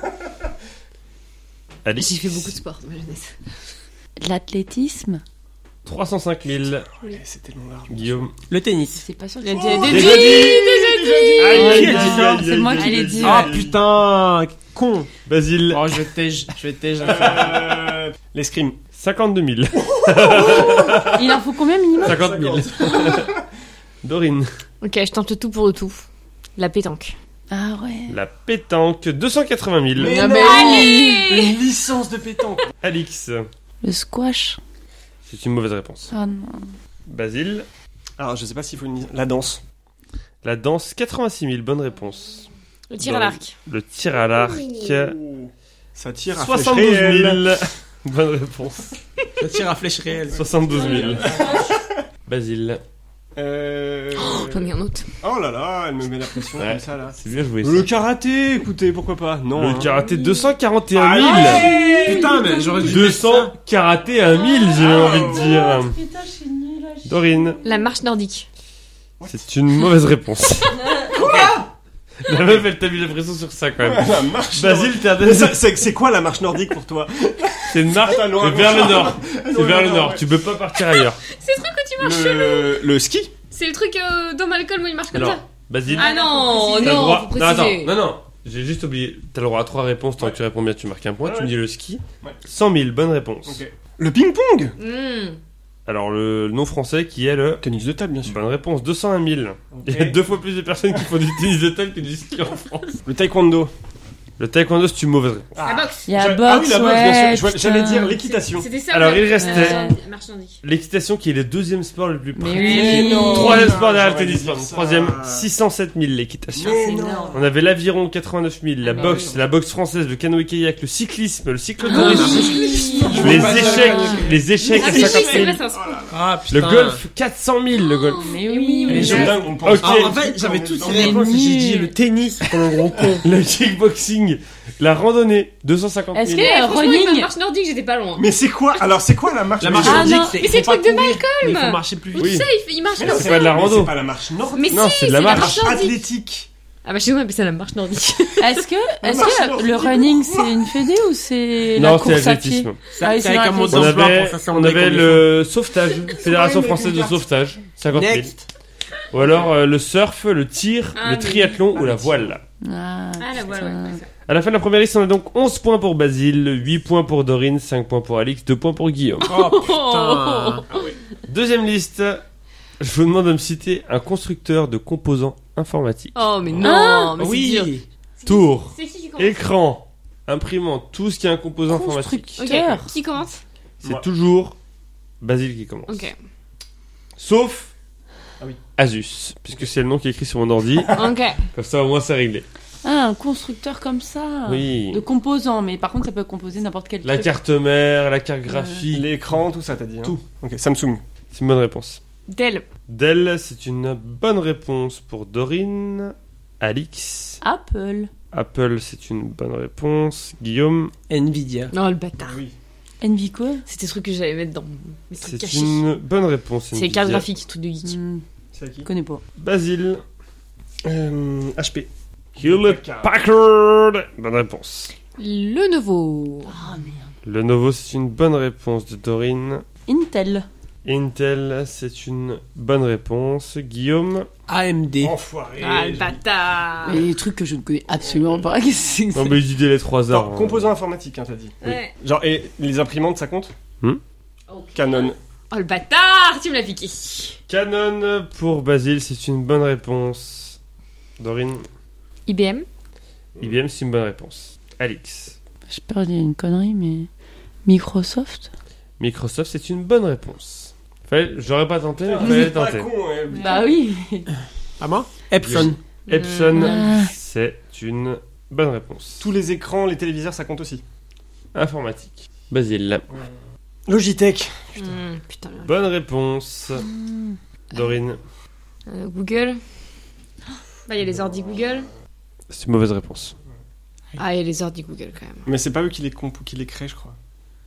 [SPEAKER 1] Alix.
[SPEAKER 5] J'ai fait beaucoup de sport dans ma jeunesse.
[SPEAKER 4] L'athlétisme.
[SPEAKER 1] 305 000.
[SPEAKER 3] Ouais, C'est tellement large.
[SPEAKER 1] Guillaume.
[SPEAKER 2] Le tennis.
[SPEAKER 4] C'est pas sûr.
[SPEAKER 5] Il a dit- il a
[SPEAKER 1] Déjà dit Aïe,
[SPEAKER 4] Ouais, bah,
[SPEAKER 1] aïe,
[SPEAKER 4] non,
[SPEAKER 1] aïe,
[SPEAKER 4] c'est
[SPEAKER 1] aïe,
[SPEAKER 4] moi
[SPEAKER 1] aïe,
[SPEAKER 4] qui l'ai
[SPEAKER 1] aïe,
[SPEAKER 4] dit,
[SPEAKER 1] aïe.
[SPEAKER 2] Ah
[SPEAKER 3] Oh,
[SPEAKER 2] putain, con.
[SPEAKER 1] Basile,
[SPEAKER 2] Oh, je tège, je tège.
[SPEAKER 1] Ah,
[SPEAKER 3] Euh, L'escrime.
[SPEAKER 1] 52 000.
[SPEAKER 4] Il en faut combien minimum
[SPEAKER 1] 50 000. Dorine,
[SPEAKER 5] Ok, je tente le tout pour le tout. La pétanque.
[SPEAKER 4] Ah ouais.
[SPEAKER 1] la pétanque, 280 000.
[SPEAKER 3] Mais
[SPEAKER 2] Ah,
[SPEAKER 3] non
[SPEAKER 2] mais
[SPEAKER 5] Allez
[SPEAKER 3] Une licence de pétanque.
[SPEAKER 1] Alix,
[SPEAKER 4] Le squash.
[SPEAKER 1] c'est une mauvaise réponse.
[SPEAKER 4] Ah non.
[SPEAKER 1] Basile,
[SPEAKER 3] Alors, je sais pas s'il faut une La danse.
[SPEAKER 1] la danse, 86 000. Bonne réponse.
[SPEAKER 5] Le tir à l'arc.
[SPEAKER 1] Le tir à l'arc,
[SPEAKER 3] Oh, Ça tire à
[SPEAKER 1] 72 000. Bonne réponse.
[SPEAKER 2] Je tire à flèche réelle.
[SPEAKER 1] 72 000. Basile,
[SPEAKER 3] Euh...
[SPEAKER 5] J'en ai un autre.
[SPEAKER 3] Oh là là, elle me met la pression
[SPEAKER 1] Ouais.
[SPEAKER 3] comme ça là.
[SPEAKER 1] c'est bien joué. ça.
[SPEAKER 3] Le karaté, écoutez, pourquoi pas Non.
[SPEAKER 1] Le
[SPEAKER 3] hein.
[SPEAKER 1] karaté,
[SPEAKER 3] Ah,
[SPEAKER 1] 241 000.
[SPEAKER 3] Allez
[SPEAKER 2] Putain, mais j'aurais dû.
[SPEAKER 1] 200 karaté à 1000, j'ai envie de
[SPEAKER 3] Euh,
[SPEAKER 1] dire.
[SPEAKER 4] Putain, je suis nulle.
[SPEAKER 1] Dorine,
[SPEAKER 5] La marche nordique.
[SPEAKER 1] c'est une mauvaise réponse. La meuf, elle t'a mis la pression sur ça quand même.
[SPEAKER 3] La marche nordique.
[SPEAKER 1] Basile, t'es un-
[SPEAKER 3] Mais ça, C'est c'est quoi la marche nordique pour toi
[SPEAKER 1] c'est une marche,
[SPEAKER 3] Attends,
[SPEAKER 1] c'est
[SPEAKER 3] Ah, loin,
[SPEAKER 1] vers
[SPEAKER 3] loin.
[SPEAKER 1] le nord. C'est
[SPEAKER 3] Non,
[SPEAKER 1] vers le
[SPEAKER 3] non,
[SPEAKER 1] nord,
[SPEAKER 3] ouais.
[SPEAKER 1] tu peux pas partir ailleurs.
[SPEAKER 3] Le, le ski
[SPEAKER 5] C'est le truc euh, dans Malcolm où il marche comme
[SPEAKER 1] Alors,
[SPEAKER 5] ça
[SPEAKER 1] Basile,
[SPEAKER 5] Ah non,
[SPEAKER 1] t'as
[SPEAKER 5] non,
[SPEAKER 1] le droit.
[SPEAKER 5] faut
[SPEAKER 1] Non, attends,
[SPEAKER 5] préciser.
[SPEAKER 1] non, non, j'ai juste oublié. T'as le droit à 3 réponses tant que tu réponds bien, tu marques un point.
[SPEAKER 3] Ouais,
[SPEAKER 1] Tu me
[SPEAKER 3] ouais.
[SPEAKER 1] dis le ski.
[SPEAKER 3] Ouais.
[SPEAKER 1] 100 000, bonne réponse.
[SPEAKER 3] Le ping-pong
[SPEAKER 5] Hmm.
[SPEAKER 1] Alors, le nom français qui est le.
[SPEAKER 3] Tennis de table, bien sûr.
[SPEAKER 1] Bonne réponse, 201 000. Il y a deux fois plus de personnes qui font du tennis de table que du ski en France.
[SPEAKER 3] Le taekwondo.
[SPEAKER 1] Le taekwondo, c'est une mauvaise réponse.
[SPEAKER 5] La boxe.
[SPEAKER 4] Il y a
[SPEAKER 3] Je-
[SPEAKER 4] boxe,
[SPEAKER 3] ah oui, la boxe,
[SPEAKER 4] ouais,
[SPEAKER 3] bien sûr. Je- J'allais
[SPEAKER 4] putain.
[SPEAKER 3] dire l'équitation.
[SPEAKER 5] C'était ça.
[SPEAKER 1] Alors,
[SPEAKER 5] la-
[SPEAKER 1] il euh, restait-
[SPEAKER 5] la marche nordique.
[SPEAKER 1] L'équitation qui est le deuxième sport le plus
[SPEAKER 4] Mais
[SPEAKER 1] près.
[SPEAKER 4] oui.
[SPEAKER 2] Mais non.
[SPEAKER 1] Troisième
[SPEAKER 3] Oh,
[SPEAKER 1] sport derrière le
[SPEAKER 3] j'aurais
[SPEAKER 1] tennis,
[SPEAKER 3] dit
[SPEAKER 1] pardon.
[SPEAKER 3] ça.
[SPEAKER 1] Troisième, 607 000 l'équitation.
[SPEAKER 4] C'est
[SPEAKER 3] Mais non.
[SPEAKER 4] énorme.
[SPEAKER 1] On avait l'aviron 89 000, la
[SPEAKER 5] Ah bah
[SPEAKER 1] boxe,
[SPEAKER 5] oui. Ah,
[SPEAKER 1] la boxe française, le canoë-kayak, le cyclisme, le cyclotourisme,
[SPEAKER 5] Le
[SPEAKER 1] les
[SPEAKER 2] pas
[SPEAKER 1] échecs,
[SPEAKER 5] dire.
[SPEAKER 1] les échecs, c'est
[SPEAKER 5] Ah, mais oui,
[SPEAKER 1] 50
[SPEAKER 5] c'est
[SPEAKER 1] 000.
[SPEAKER 5] vrai, Ah, c'est un sport.
[SPEAKER 2] Ah
[SPEAKER 1] Le
[SPEAKER 2] putain.
[SPEAKER 1] golf, 400 000, le golf.
[SPEAKER 4] Mais oui,
[SPEAKER 2] Mais
[SPEAKER 4] oui.
[SPEAKER 2] je-
[SPEAKER 3] dingue, on pense.
[SPEAKER 1] Ok.
[SPEAKER 2] Ah, en fait, j'avais toutes ces réponses et j'ai dit le tennis pour le gros con.
[SPEAKER 1] Le kickboxing, la randonnée, 250 000.
[SPEAKER 4] Est-ce
[SPEAKER 5] Eh,
[SPEAKER 4] que
[SPEAKER 5] franchement, avec ma
[SPEAKER 4] running
[SPEAKER 5] marche nordique, j'étais pas loin.
[SPEAKER 3] Mais c'est quoi Alors, c'est quoi la marche
[SPEAKER 2] La marche
[SPEAKER 4] Ah,
[SPEAKER 2] nordique,
[SPEAKER 4] non.
[SPEAKER 2] c'est.
[SPEAKER 5] Mais c'est
[SPEAKER 2] il faut
[SPEAKER 5] le truc
[SPEAKER 2] pas
[SPEAKER 5] de
[SPEAKER 2] courir, mais Il faut
[SPEAKER 5] Malcolm.
[SPEAKER 2] marcher plus
[SPEAKER 5] Où
[SPEAKER 2] vite.
[SPEAKER 5] tu sais, il, fait- il marche
[SPEAKER 3] Mais
[SPEAKER 5] comme
[SPEAKER 1] c'est
[SPEAKER 5] ça.
[SPEAKER 1] pas de la
[SPEAKER 3] Mais
[SPEAKER 1] rando.
[SPEAKER 3] C'est pas la marche nordique.
[SPEAKER 5] Mais
[SPEAKER 1] Non,
[SPEAKER 5] si,
[SPEAKER 1] c'est de la
[SPEAKER 5] la
[SPEAKER 1] marche.
[SPEAKER 5] marche nordique.
[SPEAKER 3] athlétique.
[SPEAKER 5] Ah bah chez nous, on appelle ça la marche nordique.
[SPEAKER 4] Est-ce que, est-ce
[SPEAKER 3] marche
[SPEAKER 4] que
[SPEAKER 3] nordique.
[SPEAKER 4] le running c'est une fédé ou c'est la
[SPEAKER 1] Non, c'est
[SPEAKER 4] course à pied
[SPEAKER 1] l'athlétisme.
[SPEAKER 4] Ah oui,
[SPEAKER 2] C'est
[SPEAKER 4] c'est
[SPEAKER 2] avec
[SPEAKER 4] vrai,
[SPEAKER 2] un mot
[SPEAKER 4] c'est-
[SPEAKER 1] On
[SPEAKER 4] Dans
[SPEAKER 2] d'emploi
[SPEAKER 1] avait,
[SPEAKER 2] pour faire
[SPEAKER 1] on
[SPEAKER 2] sembler
[SPEAKER 1] avait
[SPEAKER 2] qu'on est-
[SPEAKER 1] le sauvetage, Fédération française de sauvetage, 50 000.
[SPEAKER 2] Next.
[SPEAKER 1] Ou alors euh, le surf, le tir,
[SPEAKER 5] Ah,
[SPEAKER 1] le
[SPEAKER 5] mais-
[SPEAKER 1] triathlon
[SPEAKER 3] Ah,
[SPEAKER 1] ou la
[SPEAKER 3] mais-
[SPEAKER 1] voile.
[SPEAKER 4] Ah,
[SPEAKER 5] Ah la voile,
[SPEAKER 4] putain.
[SPEAKER 5] ouais. ouais, ça.
[SPEAKER 1] À la fin de la première liste, on a donc 11 points pour Basile, 8 points pour Dorine, 5 points pour Alix, 2 points pour Guillaume.
[SPEAKER 2] Oh
[SPEAKER 5] Oh.
[SPEAKER 2] putain.
[SPEAKER 1] Deuxième liste, je vous demande de me citer un constructeur de composants informatiques.
[SPEAKER 5] Oh mais non, mais c'est dur.
[SPEAKER 2] Ah, Oui.
[SPEAKER 1] Tour,
[SPEAKER 5] C'est qui qui commence
[SPEAKER 1] écran, imprimante, tout ce qui est un composant informatique.
[SPEAKER 5] Ok,
[SPEAKER 4] Cœur.
[SPEAKER 5] Qui commence
[SPEAKER 1] C'est
[SPEAKER 3] Moi.
[SPEAKER 1] toujours Basile qui commence.
[SPEAKER 5] Ok.
[SPEAKER 1] Sauf
[SPEAKER 3] Ah oui.
[SPEAKER 1] Asus, puisque c'est le nom qui est écrit sur mon ordi.
[SPEAKER 5] Ok.
[SPEAKER 1] Comme ça, au moins, c'est réglé.
[SPEAKER 4] Ah, un constructeur comme
[SPEAKER 5] Ah.
[SPEAKER 4] ça.
[SPEAKER 1] Oui.
[SPEAKER 4] De composants, mais par contre ça peut composer n'importe quel
[SPEAKER 1] La
[SPEAKER 4] truc.
[SPEAKER 1] carte mère, la carte graphique.
[SPEAKER 3] L'écran, tout ça, t'as dit. hein
[SPEAKER 1] Tout.
[SPEAKER 3] Ok, Samsung.
[SPEAKER 1] C'est une bonne réponse.
[SPEAKER 5] Dell.
[SPEAKER 1] Dell, c'est une bonne réponse pour Dorine. Alix.
[SPEAKER 4] Apple,
[SPEAKER 1] Apple, c'est une bonne réponse. Guillaume,
[SPEAKER 2] Nvidia.
[SPEAKER 5] Non le bâtard.
[SPEAKER 3] Ah Oui.
[SPEAKER 4] Envico.
[SPEAKER 5] C'était ce truc que j'allais mettre dans mes trucs
[SPEAKER 1] c'est
[SPEAKER 5] cachés.
[SPEAKER 1] une bonne réponse.
[SPEAKER 5] C'est les
[SPEAKER 1] Nvidia.
[SPEAKER 5] cartes graphiques, truc de geek.
[SPEAKER 4] Hmm,
[SPEAKER 3] C'est à qui
[SPEAKER 4] je connais pas.
[SPEAKER 1] Basile.
[SPEAKER 3] euh, HP.
[SPEAKER 1] Hewlett Packard. Bonne réponse.
[SPEAKER 5] Le nouveau.
[SPEAKER 4] Ah merde.
[SPEAKER 1] Lenovo, c'est une bonne réponse de Dorine.
[SPEAKER 4] Intel,
[SPEAKER 1] Intel, c'est une bonne réponse. Guillaume,
[SPEAKER 2] AMD.
[SPEAKER 1] Enfoiré.
[SPEAKER 5] Ah, le bâtard
[SPEAKER 4] Mais des Ah. trucs que je ne connais absolument pas. Qu'est-ce que c'est
[SPEAKER 1] Non, mais il dit dès les 3 heures.
[SPEAKER 3] Genre,
[SPEAKER 1] hein.
[SPEAKER 3] composants informatiques, hein, t'as dit.
[SPEAKER 5] Ouais.
[SPEAKER 3] Genre, et les imprimantes, ça compte
[SPEAKER 1] Hmm.
[SPEAKER 3] Canon.
[SPEAKER 5] Oh, le bâtard Tu me l'as piqué.
[SPEAKER 1] Canon pour Basile, c'est une bonne réponse. Dorine,
[SPEAKER 5] IBM
[SPEAKER 1] IBM, c'est une bonne réponse. Alix,
[SPEAKER 4] J'espère dire une connerie, mais. Microsoft
[SPEAKER 1] Microsoft, c'est une bonne réponse. Fallait- J'aurais pas
[SPEAKER 3] Ah,
[SPEAKER 1] tenté, mais fallait tenter.
[SPEAKER 3] con, hein.
[SPEAKER 4] Bah oui
[SPEAKER 2] À moi Epson.
[SPEAKER 1] Epson,
[SPEAKER 4] Ah.
[SPEAKER 1] c'est une bonne réponse.
[SPEAKER 3] Tous les écrans, les téléviseurs, ça compte aussi.
[SPEAKER 1] Informatique. Basile,
[SPEAKER 3] Logitech.
[SPEAKER 5] Hmm, Putain, merde.
[SPEAKER 1] bonne réponse.
[SPEAKER 5] Ah.
[SPEAKER 1] Dorine,
[SPEAKER 5] Euh, Google Bah, il y a les ordi Google.
[SPEAKER 1] c'est une mauvaise réponse.
[SPEAKER 5] Ah, il y a les ordi Google quand même.
[SPEAKER 3] Mais c'est pas eux qui les, comp- qui les créent, je crois.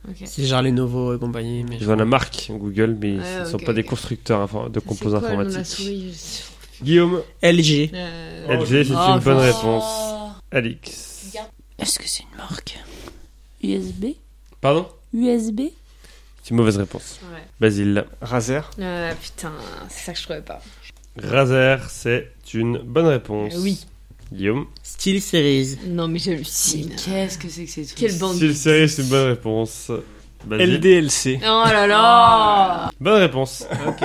[SPEAKER 5] Ok.
[SPEAKER 2] C'est genre Lenovo et compagnie. Mais
[SPEAKER 1] Ils ont la marque Google, mais
[SPEAKER 5] Ouais,
[SPEAKER 1] ce ne sont
[SPEAKER 5] ok,
[SPEAKER 1] pas des
[SPEAKER 5] ok.
[SPEAKER 1] constructeurs infor- de composants
[SPEAKER 5] C'est quoi le nom de la
[SPEAKER 1] informatiques.
[SPEAKER 5] souris
[SPEAKER 1] Guillaume,
[SPEAKER 2] LG.
[SPEAKER 5] Euh,
[SPEAKER 1] LG, c'est une bonne réponse. Alix.
[SPEAKER 4] Oh. Est-ce que c'est une marque USB
[SPEAKER 1] Pardon
[SPEAKER 4] USB
[SPEAKER 1] C'est une mauvaise réponse.
[SPEAKER 5] ouais.
[SPEAKER 1] Basile.
[SPEAKER 3] Razer.
[SPEAKER 5] Euh, putain, c'est ça que je trouvais pas.
[SPEAKER 1] Razer, c'est une bonne réponse.
[SPEAKER 5] Euh, oui.
[SPEAKER 1] Guillaume.
[SPEAKER 2] Steel Series.
[SPEAKER 5] Non, mais
[SPEAKER 4] Mais
[SPEAKER 5] j'hallucine.
[SPEAKER 4] qu'est-ce que c'est que ces trucs
[SPEAKER 5] Quelle bande.
[SPEAKER 1] Steel Series, c'est une bonne réponse. Basile.
[SPEAKER 3] LDLC.
[SPEAKER 5] Oh là là
[SPEAKER 1] Bonne réponse.
[SPEAKER 2] Ok.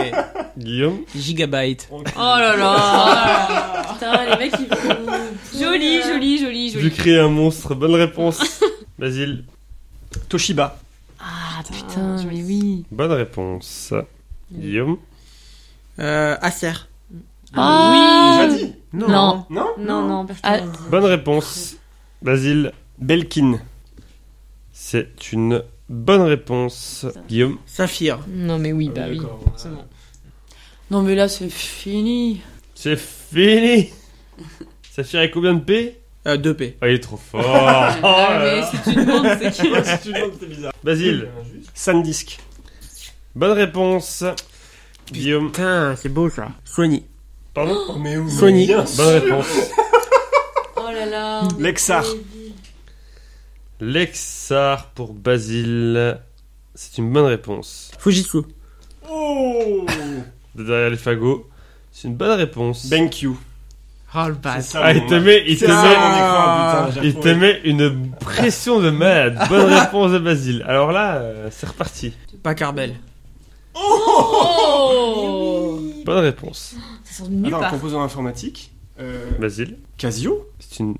[SPEAKER 1] Guillaume.
[SPEAKER 2] Gigabyte.
[SPEAKER 5] Oh là là
[SPEAKER 4] Putain, les mecs, ils font...
[SPEAKER 5] Joli, joli, joli,
[SPEAKER 1] Je lui
[SPEAKER 5] joli.
[SPEAKER 1] crée un monstre. Bonne réponse. Basile.
[SPEAKER 3] Toshiba.
[SPEAKER 4] Ah putain, mais oui
[SPEAKER 1] Bonne réponse. Guillaume.
[SPEAKER 2] Euh, Acer.
[SPEAKER 4] Ah
[SPEAKER 3] Déjà dit.
[SPEAKER 2] Non.
[SPEAKER 4] Non.
[SPEAKER 3] Non
[SPEAKER 5] Non, non,
[SPEAKER 4] Ah,
[SPEAKER 5] personne.
[SPEAKER 1] Bonne réponse. Basile.
[SPEAKER 3] Belkin.
[SPEAKER 1] C'est une bonne réponse. Guillaume.
[SPEAKER 2] Saphir.
[SPEAKER 5] Non, mais oui, bah oui. C'est bon.
[SPEAKER 4] Non mais là, c'est fini
[SPEAKER 1] C'est fini. Ça ferait combien de P
[SPEAKER 2] Euh, 2P.
[SPEAKER 1] Oh, il est trop fort. Oh là
[SPEAKER 4] Ah, mais
[SPEAKER 1] là.
[SPEAKER 4] si tu demandes, c'est qui
[SPEAKER 1] Basile.
[SPEAKER 3] Sandisk.
[SPEAKER 1] Bonne réponse. Guillaume.
[SPEAKER 2] Putain, c'est beau ça. Sony.
[SPEAKER 1] Pardon
[SPEAKER 3] Oh, mais où
[SPEAKER 2] Sony.
[SPEAKER 1] Bonne réponse.
[SPEAKER 4] Oh là là on est
[SPEAKER 3] Lexar.
[SPEAKER 4] débiles.
[SPEAKER 1] Lexar pour Basile. C'est une bonne réponse.
[SPEAKER 2] Fujitsu.
[SPEAKER 3] Oh
[SPEAKER 1] De derrière les fagots. C'est une bonne réponse.
[SPEAKER 3] BenQ.
[SPEAKER 2] Oh le base.
[SPEAKER 1] Ah, il te met, il te
[SPEAKER 3] C'est ça,
[SPEAKER 1] met,
[SPEAKER 3] mon écran, putain, j'ai
[SPEAKER 1] il te
[SPEAKER 3] retrouvé.
[SPEAKER 1] met une pression de malade. Bonne réponse de Basile. Alors là, euh, c'est reparti.
[SPEAKER 2] Pacarbel.
[SPEAKER 5] Oh
[SPEAKER 1] Bonne réponse.
[SPEAKER 5] Ça sort de nulle
[SPEAKER 3] Alors,
[SPEAKER 5] part.
[SPEAKER 3] composant informatique. Euh,
[SPEAKER 1] Basile,
[SPEAKER 3] Casio
[SPEAKER 1] c'est une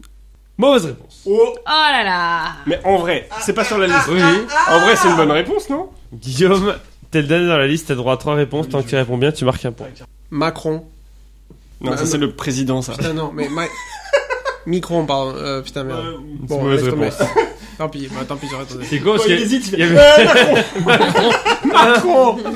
[SPEAKER 1] mauvaise réponse.
[SPEAKER 3] Oh Ah,
[SPEAKER 5] Oh là là
[SPEAKER 3] Mais en vrai, c'est pas sur la liste.
[SPEAKER 1] Oui.
[SPEAKER 3] En vrai, c'est une bonne réponse, non
[SPEAKER 1] Guillaume, t'es le dernier dans la liste, t'as droit à trois réponses. Tant que tu réponds bien, tu marques un point.
[SPEAKER 2] Macron.
[SPEAKER 3] Non,
[SPEAKER 2] Bah,
[SPEAKER 3] ça c'est le président, ça.
[SPEAKER 2] Putain, non, mais. Ma... Micron, pardon. Euh, putain, merde.
[SPEAKER 1] C'est
[SPEAKER 2] Bon,
[SPEAKER 1] une mauvaise
[SPEAKER 2] laisse tomber.
[SPEAKER 1] réponse.
[SPEAKER 2] Tant pis, bah, tant pis, j'aurais tenté.
[SPEAKER 1] C'est quoi
[SPEAKER 3] Oh,
[SPEAKER 1] parce
[SPEAKER 3] il
[SPEAKER 1] que-
[SPEAKER 3] hésite, il fait, Euh,
[SPEAKER 1] il y avait-
[SPEAKER 2] Macron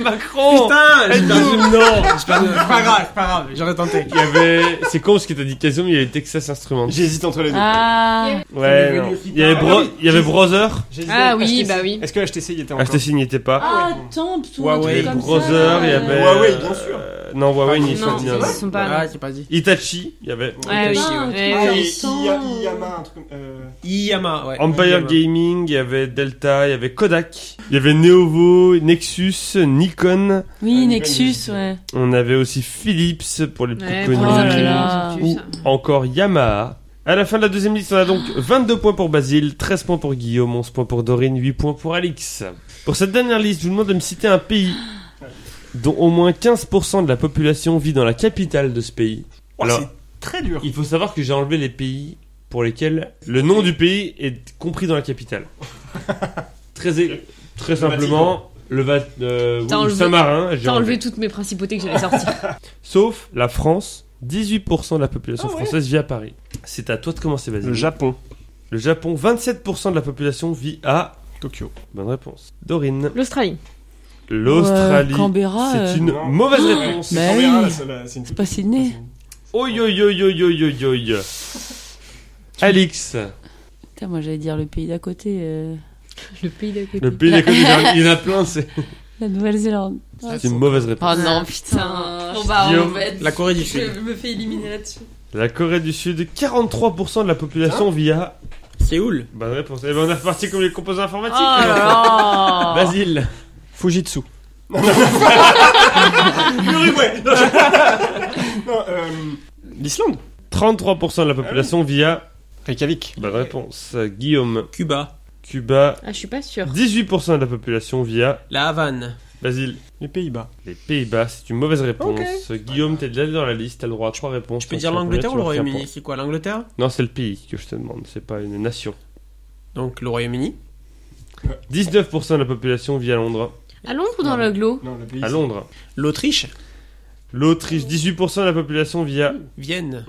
[SPEAKER 1] Macron
[SPEAKER 2] Putain j'ai perdu.
[SPEAKER 1] Non
[SPEAKER 2] J'ai perdu. Oh, Pas grave, pas grave, j'aurais tenté.
[SPEAKER 1] Il y avait. C'est con parce que t'as dit Casio, mais il y avait Texas Instruments.
[SPEAKER 3] J'hésite entre les deux.
[SPEAKER 4] Ah
[SPEAKER 1] Ouais, non. Il y avait, Bro-
[SPEAKER 3] Ah oui,
[SPEAKER 1] il y avait Brother.
[SPEAKER 3] J'hésite
[SPEAKER 5] Ah
[SPEAKER 3] avec
[SPEAKER 5] oui,
[SPEAKER 3] HTC.
[SPEAKER 5] bah oui.
[SPEAKER 3] Est-ce que HTC y était encore
[SPEAKER 1] HTC n'y était pas.
[SPEAKER 4] Ah, Temp ou un
[SPEAKER 1] il y
[SPEAKER 2] Huawei,
[SPEAKER 4] truc
[SPEAKER 1] avait
[SPEAKER 4] comme
[SPEAKER 1] Brother,
[SPEAKER 4] ça,
[SPEAKER 1] il y
[SPEAKER 4] euh,
[SPEAKER 1] avait.
[SPEAKER 3] Huawei, bien sûr.
[SPEAKER 1] euh, non, Huawei,
[SPEAKER 2] Ah,
[SPEAKER 1] ni
[SPEAKER 2] ils
[SPEAKER 5] Non,
[SPEAKER 1] Sony, non.
[SPEAKER 5] ils sont pas...
[SPEAKER 2] Ah, j'ai pas dit.
[SPEAKER 1] Itachi, il y avait.
[SPEAKER 5] Ouais, oui.
[SPEAKER 4] Putain,
[SPEAKER 5] Ouais,
[SPEAKER 4] putain,
[SPEAKER 3] Ah,
[SPEAKER 5] oui.
[SPEAKER 3] et
[SPEAKER 4] ils sont-
[SPEAKER 3] Iya- Iyama, un truc comme- euh,
[SPEAKER 2] Iyama, ouais.
[SPEAKER 1] Empire
[SPEAKER 2] Iyama.
[SPEAKER 1] Gaming, il y avait Delta, il y avait Kodak, il y avait Neovo, Nexus, Nikon.
[SPEAKER 4] Oui,
[SPEAKER 3] Ah,
[SPEAKER 4] Nexus,
[SPEAKER 3] Nikon,
[SPEAKER 4] ouais.
[SPEAKER 1] On avait aussi Philips pour les plus
[SPEAKER 5] Ouais,
[SPEAKER 1] connus.
[SPEAKER 5] pour les
[SPEAKER 4] Oh là
[SPEAKER 5] imprimés,
[SPEAKER 4] là.
[SPEAKER 5] ils sont plus,
[SPEAKER 1] ou
[SPEAKER 5] ça.
[SPEAKER 1] encore Yamaha. À la fin de la deuxième liste, on a donc 22 points pour Basile, 13 points pour Guillaume, 11 points pour Dorine, 8 points pour Alix. Pour cette dernière liste, je vous demande de me citer un pays dont au moins 15% de la population vit dans la capitale de ce pays.
[SPEAKER 3] Oh,
[SPEAKER 1] Alors,
[SPEAKER 3] c'est très dur.
[SPEAKER 1] il faut savoir que j'ai enlevé les pays pour lesquels le nom du pays est compris dans la capitale. Très, é- très simplement, le Va- euh,
[SPEAKER 5] T'as
[SPEAKER 1] oui,
[SPEAKER 5] enlevé-
[SPEAKER 1] Saint-Marin, j'ai
[SPEAKER 5] T'as
[SPEAKER 1] enlevé.
[SPEAKER 5] enlevé toutes mes principautés que j'allais sortir.
[SPEAKER 1] Sauf la France, 18% de la population
[SPEAKER 5] Ah
[SPEAKER 1] française vit à Paris. C'est à toi de commencer, Basile.
[SPEAKER 3] Le Japon.
[SPEAKER 1] Le Japon, 27% de la population vit à.
[SPEAKER 3] Tokyo.
[SPEAKER 1] Bonne réponse. Dorine.
[SPEAKER 5] L'Australie.
[SPEAKER 1] L'Australie.
[SPEAKER 4] Ouais, Canberra,
[SPEAKER 1] c'est
[SPEAKER 4] euh,
[SPEAKER 1] une
[SPEAKER 3] Non.
[SPEAKER 1] mauvaise réponse.
[SPEAKER 4] Mais- Bah
[SPEAKER 3] On verra,
[SPEAKER 4] oui.
[SPEAKER 3] là, ça, là, c'est une-
[SPEAKER 4] c'est pas Sydney.
[SPEAKER 1] Oi, oi, oi, oi, oi, oi, oi. Alix.
[SPEAKER 4] Putain, moi j'allais dire le pays d'à côté, euh,
[SPEAKER 5] Le pays d'à côté.
[SPEAKER 1] Le pays des côtés, il y en a plein, c'est
[SPEAKER 4] la Nouvelle-Zélande.
[SPEAKER 5] Ah,
[SPEAKER 1] c'est une mauvaise réponse.
[SPEAKER 4] Oh non,
[SPEAKER 5] putain.
[SPEAKER 4] putain.
[SPEAKER 5] Bon, bah,
[SPEAKER 1] Ah, Guillaume.
[SPEAKER 4] fait.
[SPEAKER 2] La Corée du Sud.
[SPEAKER 4] me fais éliminer là-dessus.
[SPEAKER 1] La Corée du Sud, 43% de la population vit à.
[SPEAKER 2] Séoul.
[SPEAKER 1] Bonne réponse. Et ben on est reparti comme les composants
[SPEAKER 5] Oh
[SPEAKER 1] informatiques.
[SPEAKER 5] là là
[SPEAKER 1] Basile.
[SPEAKER 3] Fujitsu. Uruguay. Non, je- Non, euh, L'Islande
[SPEAKER 1] 33% de la population via.
[SPEAKER 3] Reykjavik.
[SPEAKER 1] Bonne réponse. Guillaume,
[SPEAKER 2] Cuba,
[SPEAKER 1] Cuba.
[SPEAKER 4] Ah, je suis pas sûre.
[SPEAKER 1] 18% de la population via.
[SPEAKER 2] la Havane.
[SPEAKER 1] Basile,
[SPEAKER 3] Les Pays-Bas.
[SPEAKER 1] les Pays-Bas. C'est une mauvaise réponse. Guillaume, t'es déjà dans la liste. T'as le droit à 3 réponses.
[SPEAKER 2] Je peux
[SPEAKER 1] Donc,
[SPEAKER 2] dire
[SPEAKER 1] sur la
[SPEAKER 2] l'Angleterre ou le
[SPEAKER 1] première, tu vas
[SPEAKER 2] Royaume-Uni C'est quoi l'Angleterre
[SPEAKER 1] faire point. Non, c'est le pays que je te demande. C'est pas une nation.
[SPEAKER 2] Donc le Royaume-Uni.
[SPEAKER 1] 19% de la population vit à Londres.
[SPEAKER 5] À Londres ou dans le Glo
[SPEAKER 3] Non, le pays.
[SPEAKER 1] À Londres.
[SPEAKER 2] L'Autriche,
[SPEAKER 1] L'Autriche, 18% de la population vit à.
[SPEAKER 2] Vienne.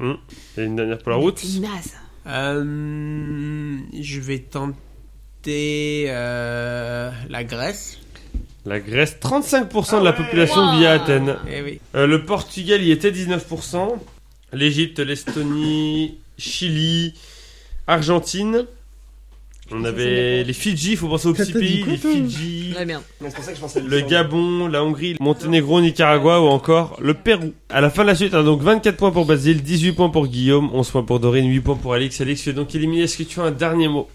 [SPEAKER 1] Et une dernière pour la route.
[SPEAKER 5] C'est naze.
[SPEAKER 2] Euh, je vais tenter euh, la Grèce.
[SPEAKER 1] La Grèce, 35%
[SPEAKER 3] Ah
[SPEAKER 1] de la population
[SPEAKER 5] Wow.
[SPEAKER 1] vit à Athènes.
[SPEAKER 2] Eh oui.
[SPEAKER 1] Euh, le Portugal y était 19%. L'Égypte, l'Estonie, Chili, Argentine. On
[SPEAKER 4] pensais
[SPEAKER 1] avait
[SPEAKER 4] que
[SPEAKER 1] les Fidji, il faut penser aux petits pays, les Fidji,
[SPEAKER 5] Ouais, merde.
[SPEAKER 3] Non, c'est pour ça que je pensais à
[SPEAKER 1] le
[SPEAKER 3] l'Islande.
[SPEAKER 1] Gabon, la Hongrie, le Monténégro, Nicaragua ou encore le Pérou. À la fin de la suite, hein, donc 24 points pour Basile, 18 points pour Guillaume, 11 points pour Dorine, 8 points pour Alex. Alex, tu es donc éliminé. Est-ce que tu as un dernier mot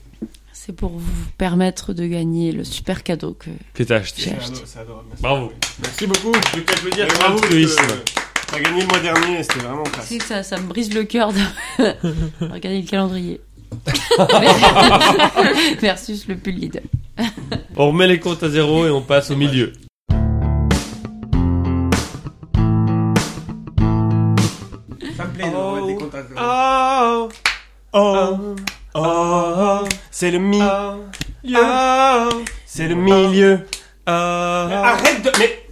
[SPEAKER 4] C'est pour vous permettre de gagner le super cadeau que.
[SPEAKER 1] que t'as acheté
[SPEAKER 4] J'ai
[SPEAKER 3] C'est
[SPEAKER 4] acheté.
[SPEAKER 3] ado- c'est adorable, merci.
[SPEAKER 1] Bravo.
[SPEAKER 3] Merci beaucoup.
[SPEAKER 1] Je peux t'applaudir,
[SPEAKER 3] Et
[SPEAKER 1] c'est
[SPEAKER 3] bravo,
[SPEAKER 1] un
[SPEAKER 3] parce
[SPEAKER 1] altruisme.
[SPEAKER 3] que T'as gagné le mois dernier, c'était vraiment classe.
[SPEAKER 4] C'est que ça, ça me brise le cœur de regarder le calendrier. Versus le pull Lidl.
[SPEAKER 1] On remet les comptes à zéro et on passe au milieu.
[SPEAKER 3] Ça me
[SPEAKER 1] de remettre des
[SPEAKER 3] comptes à
[SPEAKER 1] Oh,
[SPEAKER 3] Oh, oh, c'est le mi, c'est le milieu.
[SPEAKER 1] milieu. Ah.
[SPEAKER 3] Mais Arrête de, mais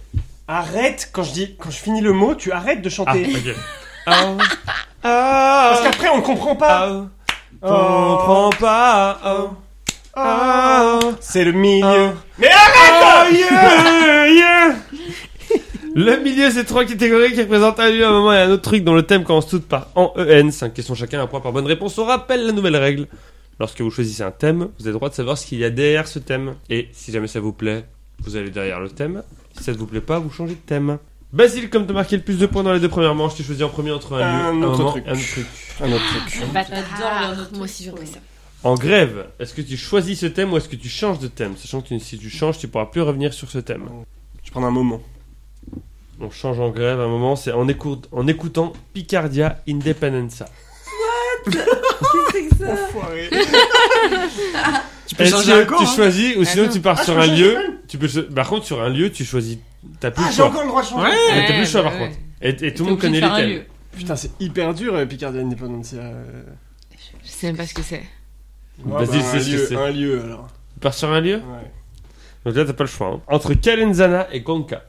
[SPEAKER 3] arrête quand je dis, quand je finis le mot, tu arrêtes de
[SPEAKER 1] Ah,
[SPEAKER 3] chanter.
[SPEAKER 1] ok.
[SPEAKER 3] Parce qu'après on comprend pas. Oh,
[SPEAKER 1] Comprends pas.
[SPEAKER 3] oh, oh, c'est le milieu. hein
[SPEAKER 1] Oh, Ah. yeah, yeah. Le milieu, c'est trois catégories qui représentent un lieu, un moment et un autre truc dont le thème commence toutes par en EN. Cinq questions chacun, un point par bonne réponse. On rappelle la nouvelle règle. Lorsque vous choisissez un thème, vous avez le droit de savoir ce qu'il y a derrière ce thème. Et si jamais ça vous plaît, vous allez derrière le thème. Si ça ne vous plaît pas, vous changez de thème. Basile, comme t'as marqué le plus de points dans les deux premières manches, tu choisis en premier entre un,
[SPEAKER 3] Un
[SPEAKER 1] lieu,
[SPEAKER 3] autre
[SPEAKER 1] moment
[SPEAKER 3] truc.
[SPEAKER 1] et un autre truc.
[SPEAKER 3] Un autre truc.
[SPEAKER 4] J'adore le retour.
[SPEAKER 5] Ah, Moi aussi, j'aurais ça.
[SPEAKER 1] En grève, est-ce que tu choisis ce thème ou est-ce que tu changes de thème Sachant que tu- si tu changes, tu pourras plus revenir sur ce thème.
[SPEAKER 3] Je prends un moment.
[SPEAKER 1] On change en grève à un moment, c'est en, écour- en écoutant Picardia Independenza.
[SPEAKER 3] Enfoiré.
[SPEAKER 2] Tu peux
[SPEAKER 1] Est-ce
[SPEAKER 2] changer un hein?
[SPEAKER 1] que
[SPEAKER 2] corps.
[SPEAKER 1] tu choisis ou sinon
[SPEAKER 5] non.
[SPEAKER 1] tu pars
[SPEAKER 3] Ah, je
[SPEAKER 1] sur
[SPEAKER 3] peux
[SPEAKER 1] un
[SPEAKER 3] changer
[SPEAKER 1] lieu
[SPEAKER 3] le thème
[SPEAKER 1] Tu peux cho- Par contre, sur un lieu, tu choisis. T'as plus
[SPEAKER 3] Ah,
[SPEAKER 1] le
[SPEAKER 3] j'ai
[SPEAKER 1] choix.
[SPEAKER 3] encore le droit de changer.
[SPEAKER 2] Ouais.
[SPEAKER 1] Ouais, T'as plus le choix
[SPEAKER 4] Ouais,
[SPEAKER 1] par
[SPEAKER 4] ouais.
[SPEAKER 1] contre. Et, et tout
[SPEAKER 4] T'es
[SPEAKER 1] le monde
[SPEAKER 4] obligé de
[SPEAKER 1] connaît
[SPEAKER 4] faire un
[SPEAKER 1] les
[SPEAKER 4] lieu.
[SPEAKER 1] thèmes.
[SPEAKER 3] Putain, c'est hyper dur, euh, Picardie Independencia. euh.
[SPEAKER 5] Je sais même pas ce que c'est.
[SPEAKER 1] Vas-y,
[SPEAKER 3] Ouais, bah,
[SPEAKER 1] c'est
[SPEAKER 3] un
[SPEAKER 1] ce que
[SPEAKER 3] lieu,
[SPEAKER 1] c'est.
[SPEAKER 3] Un lieu alors.
[SPEAKER 1] Tu pars sur un lieu
[SPEAKER 3] Ouais.
[SPEAKER 1] Donc là, t'as pas le choix. hein. Entre Calenzana et Conca.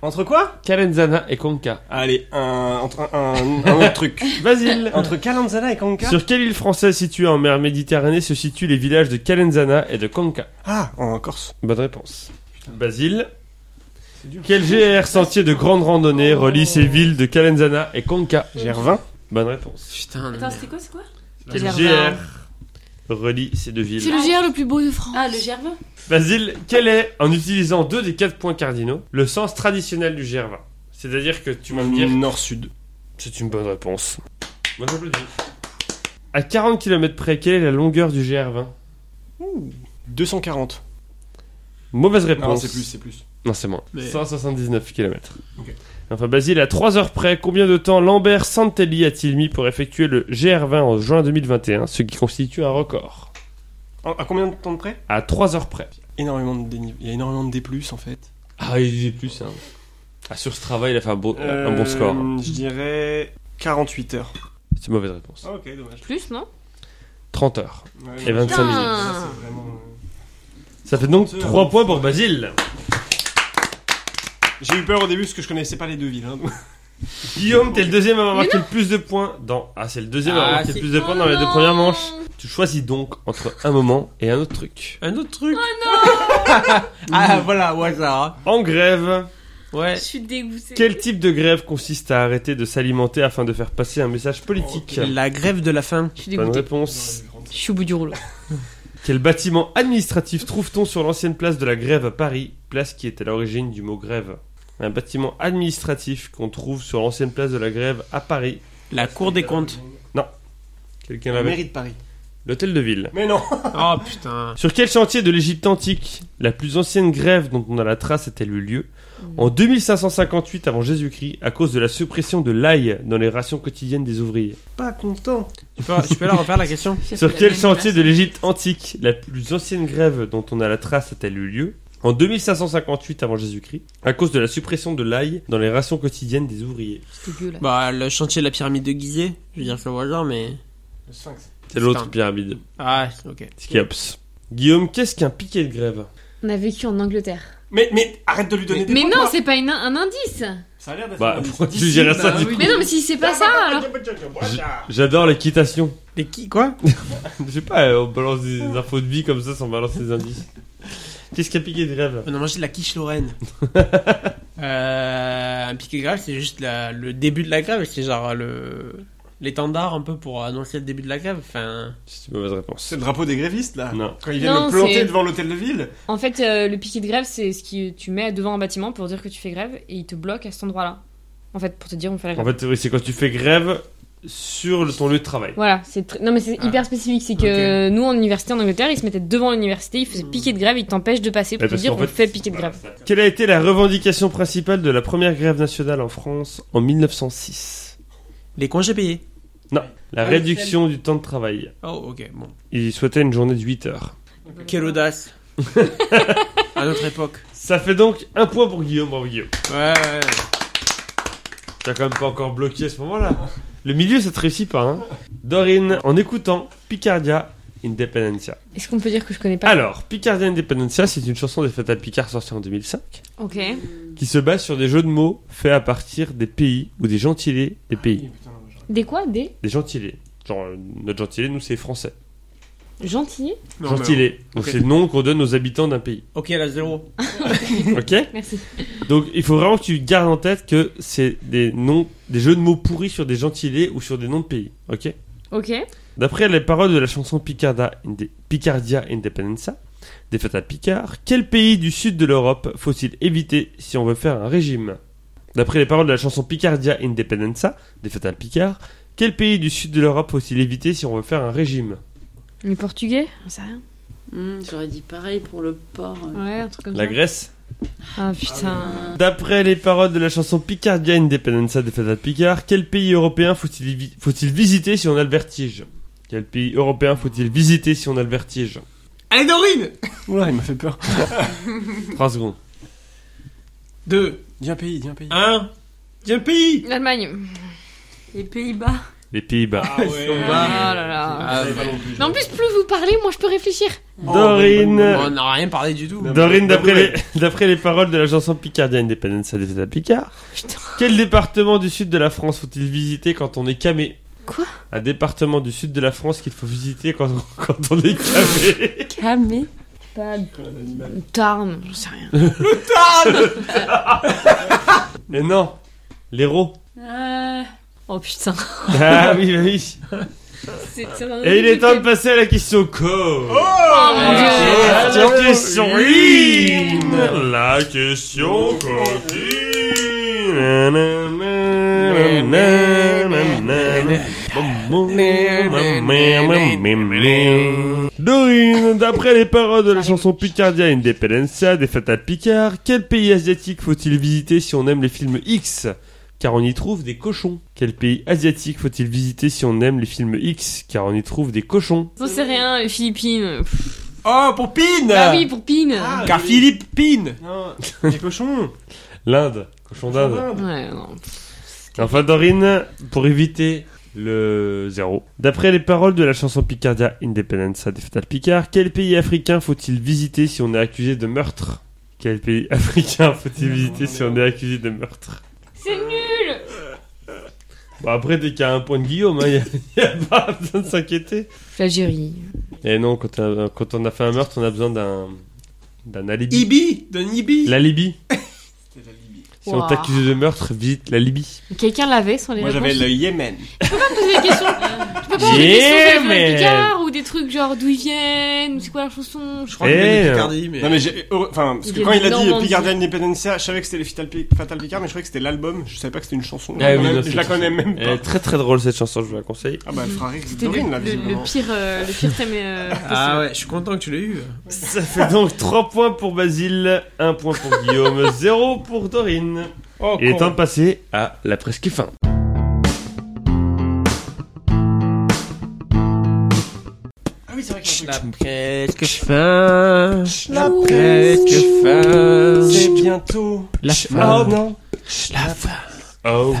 [SPEAKER 3] Entre quoi
[SPEAKER 1] Calenzana et Conca.
[SPEAKER 3] Allez, un, entre un, un- un autre truc.
[SPEAKER 1] Basile
[SPEAKER 3] Entre Kalanzana et Kanka
[SPEAKER 1] Sur quelle île française située en mer Méditerranée se situent les villages de Calenzana et de Conca
[SPEAKER 3] Ah, en Corse.
[SPEAKER 1] Bonne réponse. Basile. Quel GR sentier de grande randonnée relie ces
[SPEAKER 3] Oh.
[SPEAKER 1] villes de Calenzana et Conca
[SPEAKER 3] Gervin
[SPEAKER 1] Bonne réponse.
[SPEAKER 2] Putain.
[SPEAKER 4] Attends, c'était quoi, c'est quoi
[SPEAKER 1] Quel
[SPEAKER 5] Gervin.
[SPEAKER 1] GR relie ces deux villes
[SPEAKER 5] C'est le GR le plus beau de France.
[SPEAKER 4] Ah, le gervin
[SPEAKER 1] Basile, quel est, en utilisant deux des quatre points cardinaux, le sens traditionnel du GR20 C'est-à-dire que tu vas me dire
[SPEAKER 3] Nord-Sud.
[SPEAKER 1] Hmm. c'est une bonne réponse. Moi j'applaudis. À 40 km près, quelle est la longueur du GR20
[SPEAKER 3] 240.
[SPEAKER 1] Mauvaise
[SPEAKER 3] Ah non,
[SPEAKER 1] réponse.
[SPEAKER 3] c'est plus, c'est plus.
[SPEAKER 1] Non, c'est moins.
[SPEAKER 2] Mais-
[SPEAKER 1] 179 km.
[SPEAKER 3] Ok.
[SPEAKER 1] Enfin, Basile, à 3 heures près, combien de temps Lambert Santelli a-t-il mis pour effectuer le GR20 en juin 2021, ce qui constitue un record
[SPEAKER 3] En- à combien de temps de près
[SPEAKER 1] À 3 heures près.
[SPEAKER 3] Énormément de dénivelé. Il y a énormément de D+, en fait.
[SPEAKER 1] Ah, il est plus, hein. Ah, sur ce travail, il a fait un, beau- un
[SPEAKER 3] Euh,
[SPEAKER 1] bon score. hein.
[SPEAKER 3] Je dirais 48 heures.
[SPEAKER 1] C'est une mauvaise réponse.
[SPEAKER 3] Ah, ok, dommage.
[SPEAKER 5] Plus, non
[SPEAKER 1] 30 heures.
[SPEAKER 3] Ouais,
[SPEAKER 1] Et 25
[SPEAKER 5] Putain.
[SPEAKER 1] minutes.
[SPEAKER 5] Ça, c'est
[SPEAKER 3] euh,
[SPEAKER 1] Ça fait donc
[SPEAKER 3] 32,
[SPEAKER 1] 3
[SPEAKER 3] hein.
[SPEAKER 1] points pour Basile.
[SPEAKER 3] J'ai eu peur au début parce que je connaissais pas les deux villes. hein.
[SPEAKER 1] Guillaume, t'es le deuxième à avoir marqué le plus de points dans. Ah, c'est le deuxième à avoir
[SPEAKER 2] Ah,
[SPEAKER 1] marqué le
[SPEAKER 2] c'est-
[SPEAKER 1] plus de points
[SPEAKER 5] Oh
[SPEAKER 1] dans les deux premières manches. Tu choisis donc entre un moment et un autre truc.
[SPEAKER 2] Un autre truc.
[SPEAKER 4] Oh
[SPEAKER 2] ah voilà, au hasard. hein.
[SPEAKER 1] En grève.
[SPEAKER 2] Ouais.
[SPEAKER 5] Je suis dégoûtée.
[SPEAKER 1] Quel type de grève consiste à arrêter de s'alimenter afin de faire passer un message politique
[SPEAKER 2] La grève de la faim.
[SPEAKER 4] Je suis
[SPEAKER 1] Bonne
[SPEAKER 4] dégoûtée.
[SPEAKER 1] réponse. Bah.
[SPEAKER 4] Je suis au bout du rouleau.
[SPEAKER 1] Quel bâtiment administratif trouve-t-on sur l'ancienne place de la Grève à Paris, place qui est à l'origine du mot grève Un bâtiment administratif qu'on trouve sur l'ancienne place de la Grève à Paris.
[SPEAKER 2] La cour des comptes.
[SPEAKER 1] Quelqu'un
[SPEAKER 3] La
[SPEAKER 1] l'avait
[SPEAKER 3] mairie de Paris.
[SPEAKER 1] l'hôtel de ville.
[SPEAKER 3] Mais non
[SPEAKER 2] Oh putain.
[SPEAKER 1] Sur quel chantier de l'Égypte antique la plus ancienne grève dont on a la trace a-t-elle eu lieu En 2558 avant Jésus-Christ, à cause de la suppression de l'ail dans les rations quotidiennes des ouvriers.
[SPEAKER 3] Pas content.
[SPEAKER 2] Tu peux, tu peux la refaire la question
[SPEAKER 1] Sur quel chantier de l'Égypte antique la plus ancienne grève dont on a la trace a-t-elle eu lieu En 2558 avant Jésus-Christ, à cause de la suppression de l'ail dans les rations quotidiennes des ouvriers.
[SPEAKER 4] C'est dégueu, là.
[SPEAKER 2] Bah, le chantier de la pyramide de Gizeh, je veux dire, je le vois genre, mais.
[SPEAKER 3] Le sphinx.
[SPEAKER 1] C'est l'autre
[SPEAKER 2] Putain.
[SPEAKER 1] pyramide,
[SPEAKER 2] Ah, ok.
[SPEAKER 1] Skéops. Guillaume, qu'est-ce qu'un piquet de grève
[SPEAKER 5] On a vécu en Angleterre.
[SPEAKER 3] Mais, mais arrête de lui donner des
[SPEAKER 5] Mais
[SPEAKER 3] points,
[SPEAKER 5] non,
[SPEAKER 3] toi.
[SPEAKER 5] c'est pas une- un indice.
[SPEAKER 3] Ça a l'air d'être.
[SPEAKER 1] Bah,
[SPEAKER 3] un-
[SPEAKER 1] pourquoi
[SPEAKER 3] d'ici,
[SPEAKER 1] tu dirais ça
[SPEAKER 3] bah,
[SPEAKER 1] du
[SPEAKER 3] oui.
[SPEAKER 1] coup
[SPEAKER 5] Mais non, mais si c'est pas ça, alors.
[SPEAKER 1] J'adore l'équitation.
[SPEAKER 2] Les qui, quoi
[SPEAKER 1] Je sais pas, euh, on balance des
[SPEAKER 3] Ah.
[SPEAKER 1] infos de vie comme ça sans balancer des indices. Qu'est-ce qu'un piquet de grève
[SPEAKER 2] On a mangé de la quiche Lorraine. euh, un piquet de grève, c'est juste la- le début de la grève, c'est genre le l'étendard un peu pour annoncer le début de la grève. Enfin,
[SPEAKER 1] C'est une mauvaise réponse.
[SPEAKER 3] C'est le drapeau des grévistes là
[SPEAKER 1] Non.
[SPEAKER 3] Quand ils viennent
[SPEAKER 5] Non,
[SPEAKER 3] le planter
[SPEAKER 5] c'est-
[SPEAKER 3] devant l'hôtel de ville
[SPEAKER 5] En fait, euh, le piquet de grève, c'est ce que tu mets devant un bâtiment pour dire que tu fais grève et il te bloque à cet endroit-là. En fait, pour te dire on fait la
[SPEAKER 1] En
[SPEAKER 5] grève.
[SPEAKER 1] fait, oui, c'est quand tu fais grève sur le- ton lieu de travail.
[SPEAKER 5] Voilà, c'est tr- non mais c'est
[SPEAKER 2] Ah.
[SPEAKER 5] hyper spécifique, c'est que nous en université en Angleterre, ils se mettaient devant l'université, ils faisaient piquet de grève, ils t'empêchent de passer pour
[SPEAKER 1] Ouais,
[SPEAKER 5] te
[SPEAKER 1] parce
[SPEAKER 5] dire
[SPEAKER 1] qu'en
[SPEAKER 5] on
[SPEAKER 1] fait,
[SPEAKER 5] fait piquet de
[SPEAKER 1] voilà,
[SPEAKER 5] grève.
[SPEAKER 1] Quelle a été la revendication principale de la première grève nationale en France en 1906
[SPEAKER 2] les congés payés.
[SPEAKER 1] La
[SPEAKER 2] Ah,
[SPEAKER 1] réduction du temps de travail.
[SPEAKER 2] Oh, ok, bon.
[SPEAKER 1] Ils souhaitaient une journée de 8 heures.
[SPEAKER 2] Quelle audace. à notre époque.
[SPEAKER 1] Ça fait donc un point pour Guillaume, bravo Guillaume.
[SPEAKER 2] Ouais, ouais.
[SPEAKER 1] T'as quand même pas encore bloqué à ce moment-là. Le milieu, ça te réussit pas, hein Dorine, en écoutant Picardia Independencia.
[SPEAKER 5] Est-ce qu'on peut dire que je connais pas
[SPEAKER 1] Alors, Picardia Independencia, c'est une chanson des Fatal Picard sortie en 2005
[SPEAKER 5] OK.
[SPEAKER 1] qui se base sur des jeux de mots faits à partir des pays ou des gentilés des pays.
[SPEAKER 5] Des quoi Des
[SPEAKER 1] Des gentilés. Genre, euh, notre gentilé, nous, c'est français.
[SPEAKER 5] gentillés
[SPEAKER 2] Non,
[SPEAKER 1] gentilé. Donc,
[SPEAKER 2] Ok.
[SPEAKER 1] c'est le nom qu'on donne aux habitants d'un pays.
[SPEAKER 2] mais- Ok, à la zéro.
[SPEAKER 1] Ok
[SPEAKER 5] Merci.
[SPEAKER 1] Donc, il faut vraiment que tu gardes en tête que c'est des noms, des jeux de mots pourris sur des gentilés ou sur des noms de pays. Ok
[SPEAKER 5] OK.
[SPEAKER 1] D'après les paroles de la chanson Picarda Inde- Picardia Independenza, des Fatal Picard, quel pays du sud de l'Europe faut-il éviter si on veut faire un régime D'après les paroles de la chanson Picardia Independenza, des Fatal Picard, quel pays du sud de l'Europe faut-il éviter si on veut faire un régime
[SPEAKER 5] Les portugais On sait rien.
[SPEAKER 4] Hmm, J'aurais dit pareil pour le porc. euh.
[SPEAKER 5] Ouais, un truc comme
[SPEAKER 1] La
[SPEAKER 5] ça.
[SPEAKER 1] Grèce
[SPEAKER 5] Ah putain.
[SPEAKER 1] D'après les paroles de la chanson Picardia Independenza, des Fatal Picard, quel pays européen faut-il vi- faut-il visiter si on a le vertige Quel pays européen faut-il visiter si on a le vertige
[SPEAKER 2] Allez, Dorine
[SPEAKER 3] oh, Oula, il m'a fait peur.
[SPEAKER 1] 3 secondes.
[SPEAKER 2] 2,
[SPEAKER 3] Dis un pays, dis un pays.
[SPEAKER 2] 1. Tiens, pays
[SPEAKER 5] L'Allemagne.
[SPEAKER 4] Les Pays-Bas.
[SPEAKER 1] Les Pays-Bas.
[SPEAKER 2] Ah ouais.
[SPEAKER 1] bah.
[SPEAKER 5] Ah là là. Mais en plus plus vous parlez, moi je peux réfléchir.
[SPEAKER 1] Dorine
[SPEAKER 2] On n'a rien parlé du tout.
[SPEAKER 1] Dorine, d'après les, d'après les paroles de la chanson Picardia Independence à des Picard, quel département du sud de la France faut-il visiter quand on est camé
[SPEAKER 5] Quoi
[SPEAKER 1] Un département du sud de la France qu'il faut visiter quand, quand on est camé.
[SPEAKER 4] Camé.
[SPEAKER 5] Tarn, j'en sais rien.
[SPEAKER 1] Mais non, l'héros.
[SPEAKER 4] Euh,
[SPEAKER 5] Oh putain.
[SPEAKER 1] Ah oui, bah oui.
[SPEAKER 5] C'est
[SPEAKER 1] Et il est temps de passer à la question co.
[SPEAKER 5] Oh mon dieu.
[SPEAKER 1] la
[SPEAKER 3] Bravo,
[SPEAKER 1] question
[SPEAKER 3] oui.
[SPEAKER 1] in. La question coquine. Nanana. Dorine, d'après les paroles de la chanson Picardia Independencia des Fatal Picard, quel pays asiatique faut-il visiter si on aime les films X Car on y trouve des cochons. Quel pays asiatique faut-il visiter si on aime les films X Car on y trouve des cochons.
[SPEAKER 5] J'en sais rien, les Philippines. Pff,
[SPEAKER 2] Oh, pour Pine
[SPEAKER 5] Ah oui, pour Pine.
[SPEAKER 3] Ah.
[SPEAKER 2] Car Philippe Pine
[SPEAKER 3] Non, les cochons.
[SPEAKER 1] L'Inde, cochon d'Inde.
[SPEAKER 5] Ouais, non.
[SPEAKER 1] Enfin, Dorine, pour éviter le zéro. D'après les paroles de la chanson Picardia Independence des Fatal Picard, quel pays africain faut-il visiter si on est accusé de meurtre Quel pays africain faut-il visiter si on est accusé de meurtre
[SPEAKER 5] C'est nul
[SPEAKER 1] Bon, après, dès qu'il y a un point de Guillaume, hein, il n'y a, pas besoin de s'inquiéter.
[SPEAKER 5] L'Algérie.
[SPEAKER 1] Et non, quand, euh, quand on a fait un meurtre, on a besoin d'un, d'un alibi.
[SPEAKER 2] Ibi Donne Ibi
[SPEAKER 1] La Libye.
[SPEAKER 3] C'était la Libye.
[SPEAKER 1] Si on t'accuse de meurtre, visite la Libye.
[SPEAKER 5] Quelqu'un l'avait sans les
[SPEAKER 3] Moi
[SPEAKER 5] réponses
[SPEAKER 3] j'avais le Yémen.
[SPEAKER 5] Tu peux pas avoir des questions, tu peux pas avoir des questions sur les
[SPEAKER 1] Yémen.
[SPEAKER 5] Picard ou des des trucs genre d'où ils viennent, ou c'est quoi la chanson. Je
[SPEAKER 2] Je
[SPEAKER 5] crois.
[SPEAKER 2] crois qu'il
[SPEAKER 1] Eh.
[SPEAKER 2] est de Picardie, mais.
[SPEAKER 3] Non mais j'ai heureux- enfin parce que
[SPEAKER 5] Il
[SPEAKER 3] quand
[SPEAKER 5] est
[SPEAKER 3] il a dit
[SPEAKER 5] normandie.
[SPEAKER 3] Picard Independencia, je savais que c'était les Fatal, Pi- Fatal Picard mais je croyais que c'était l'album, je savais pas que c'était une chanson.
[SPEAKER 1] Ah oui,
[SPEAKER 3] Même-
[SPEAKER 1] non, c'est
[SPEAKER 3] je la
[SPEAKER 1] une
[SPEAKER 3] connais même
[SPEAKER 1] Elle est
[SPEAKER 3] pas.
[SPEAKER 1] très très drôle cette chanson, je vous la conseille.
[SPEAKER 3] Ah bah elle fera rire
[SPEAKER 5] C'était le,
[SPEAKER 3] Dorine là
[SPEAKER 5] le- le
[SPEAKER 3] visiblement.
[SPEAKER 5] pire, euh, le pire thème. euh,
[SPEAKER 2] Ah ouais, je suis content que tu l'aies eu.
[SPEAKER 1] Ça fait donc 3 points pour Basile, 1 point pour Guillaume, 0 pour Dorine.
[SPEAKER 3] Oh,
[SPEAKER 1] Il est
[SPEAKER 3] con.
[SPEAKER 1] temps de passer à la presque fin.
[SPEAKER 3] Ah oui, c'est vrai que
[SPEAKER 2] Presque fin.
[SPEAKER 3] la
[SPEAKER 2] Presque
[SPEAKER 3] c'est
[SPEAKER 2] fin.
[SPEAKER 3] bientôt.
[SPEAKER 2] La fin.
[SPEAKER 3] Ah non.
[SPEAKER 2] La fin.
[SPEAKER 1] Oh.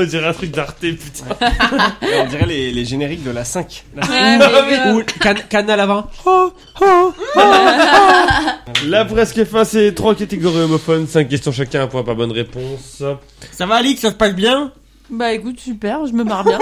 [SPEAKER 1] On dirait un truc d'Arte, putain.
[SPEAKER 3] On dirait les, les génériques de la 5.
[SPEAKER 5] Ouais, Ah,
[SPEAKER 1] Ah,
[SPEAKER 5] mais
[SPEAKER 4] euh,
[SPEAKER 5] grave.
[SPEAKER 2] Ou Ah, can- canal avant.
[SPEAKER 1] La presque fin, c'est 3 catégories homophones, 5 questions chacun, un point par bonne réponse.
[SPEAKER 2] Ça va, Alix, ça se passe bien
[SPEAKER 4] Bah écoute, super, je me marre bien.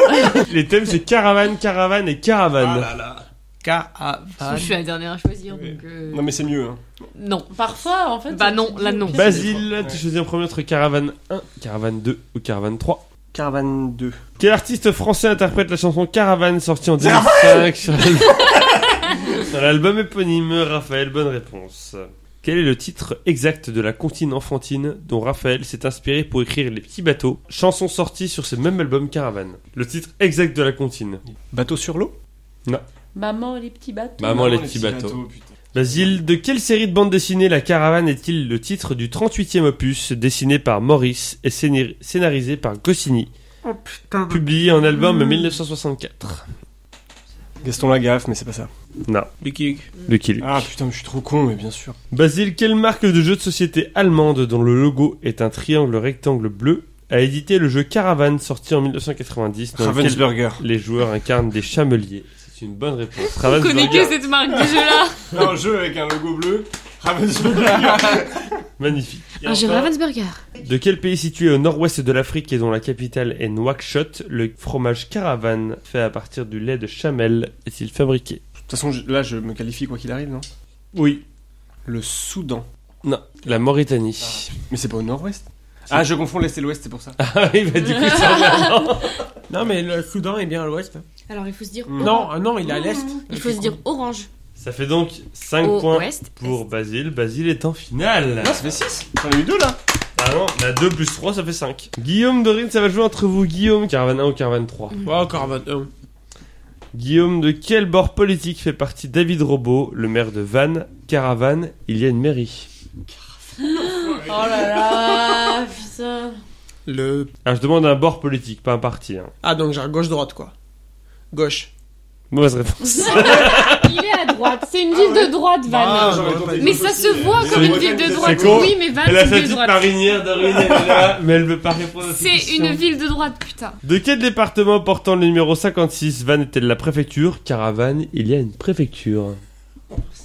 [SPEAKER 1] Les thèmes, c'est caravane, caravane et caravane.
[SPEAKER 3] Ah
[SPEAKER 2] là. Caravane.
[SPEAKER 1] Ah,
[SPEAKER 5] Je suis la dernière à choisir, donc. euh,
[SPEAKER 3] Non mais c'est mieux hein.
[SPEAKER 5] Non.
[SPEAKER 4] Parfois, en fait.
[SPEAKER 5] Bah
[SPEAKER 4] tu-
[SPEAKER 5] non,
[SPEAKER 4] tu-
[SPEAKER 5] là, non.
[SPEAKER 4] tu-
[SPEAKER 1] Basile,
[SPEAKER 3] Ouais.
[SPEAKER 1] tu choisis en premier entre caravane 1, caravane 2 ou caravane 3.
[SPEAKER 3] Caravane 2.
[SPEAKER 1] Quel artiste français interprète la chanson Caravane sortie en 2005 sur l'al- sur l'album éponyme Raphaël, bonne réponse. Quel est le titre exact de la comptine enfantine dont Raphaël s'est inspiré pour écrire Les Petits Bateaux, chanson sortie sur ce même album Caravane Le titre exact de la comptine.
[SPEAKER 3] Bateau sur l'eau
[SPEAKER 4] Maman, les petits bateaux.
[SPEAKER 3] Bah,
[SPEAKER 1] Maman, les petits bateaux. Basile, de quelle série de bande dessinée La Caravane est-il le titre du 38e opus dessiné par Maurice et scéni- scénarisé par Goscinny Publié en album 1964.
[SPEAKER 3] Gaston Lagaffe mais c'est pas ça.
[SPEAKER 1] Non,
[SPEAKER 2] Lucky Luke.
[SPEAKER 1] de qui lui
[SPEAKER 3] Ah putain, mais je suis trop con mais bien sûr.
[SPEAKER 1] Basile, quelle marque de jeu de société allemande dont le logo est un triangle rectangle bleu a édité le jeu Caravane sorti en 1990 dans lequel
[SPEAKER 3] Ravensburger.
[SPEAKER 1] les joueurs incarnent des chameliers C'est une bonne réponse.
[SPEAKER 5] On connaît que
[SPEAKER 1] Ravensburger.
[SPEAKER 5] cette marque de jeu là.
[SPEAKER 3] Un jeu avec un logo bleu. Ravensburger.
[SPEAKER 1] Magnifique. Et
[SPEAKER 5] Un jeu
[SPEAKER 1] enfin,
[SPEAKER 5] Ravensburger.
[SPEAKER 1] De quel pays situé au nord-ouest de l'Afrique et dont la capitale est Nouakchott, le fromage caravane fait à partir du lait de chamel est-il fabriqué
[SPEAKER 3] De toute façon, je- là je me qualifie quoi qu'il arrive, non
[SPEAKER 1] Oui.
[SPEAKER 3] Le Soudan.
[SPEAKER 1] Non, la Mauritanie.
[SPEAKER 3] Mais c'est pas au nord-ouest Ah, je confonds l'est et l'ouest, c'est pour ça.
[SPEAKER 1] Ah oui, bah du coup, c'est emmerdant.
[SPEAKER 2] Non, mais le Soudan est bien à l'ouest.
[SPEAKER 5] Alors il faut se dire.
[SPEAKER 3] Mm.
[SPEAKER 2] Non, ah non, il est à l'est.
[SPEAKER 5] Il faut se dire orange.
[SPEAKER 1] Ça fait donc 5
[SPEAKER 5] Au
[SPEAKER 1] points
[SPEAKER 5] ouest.
[SPEAKER 1] pour Basile. Basile est en finale.
[SPEAKER 3] Non, ça fait 6 J'en ai eu 2 là
[SPEAKER 1] Ah non, la 2 plus 3, ça fait 5. Guillaume, Dorine, ça va jouer entre vous. Guillaume, caravane 1 ou caravane 3
[SPEAKER 5] Mm.
[SPEAKER 2] Ouais, encore 21.
[SPEAKER 1] Guillaume, de quel bord politique fait partie David Robot, le maire de Vannes Caravane, il y a une mairie.
[SPEAKER 4] Oh là là, putain.
[SPEAKER 2] Le.
[SPEAKER 1] Ah, je demande un bord politique, pas un parti. hein.
[SPEAKER 2] Ah, donc genre gauche-droite, quoi. Gauche.
[SPEAKER 1] Mauvaise réponse.
[SPEAKER 5] Il est à droite. C'est une ville de droite, Van.
[SPEAKER 3] Bah,
[SPEAKER 2] Ah, j'aurais pas dit.
[SPEAKER 5] Mais ça se voit
[SPEAKER 3] Mais
[SPEAKER 5] comme
[SPEAKER 1] c'est-
[SPEAKER 5] une ville de
[SPEAKER 3] c'est
[SPEAKER 5] droite.
[SPEAKER 1] con.
[SPEAKER 5] Oui, mais Van,
[SPEAKER 1] Elle a
[SPEAKER 5] Ah,
[SPEAKER 1] sa
[SPEAKER 5] c'est une ville de
[SPEAKER 1] petite
[SPEAKER 5] droite.
[SPEAKER 1] marinière Dorine, elle est là, mais elle veut pas répondre à cette
[SPEAKER 5] C'est
[SPEAKER 1] question.
[SPEAKER 5] une ville de droite, putain.
[SPEAKER 1] De quel département portant le numéro 56, Vannes est-elle la préfecture Caravane, il y a une préfecture.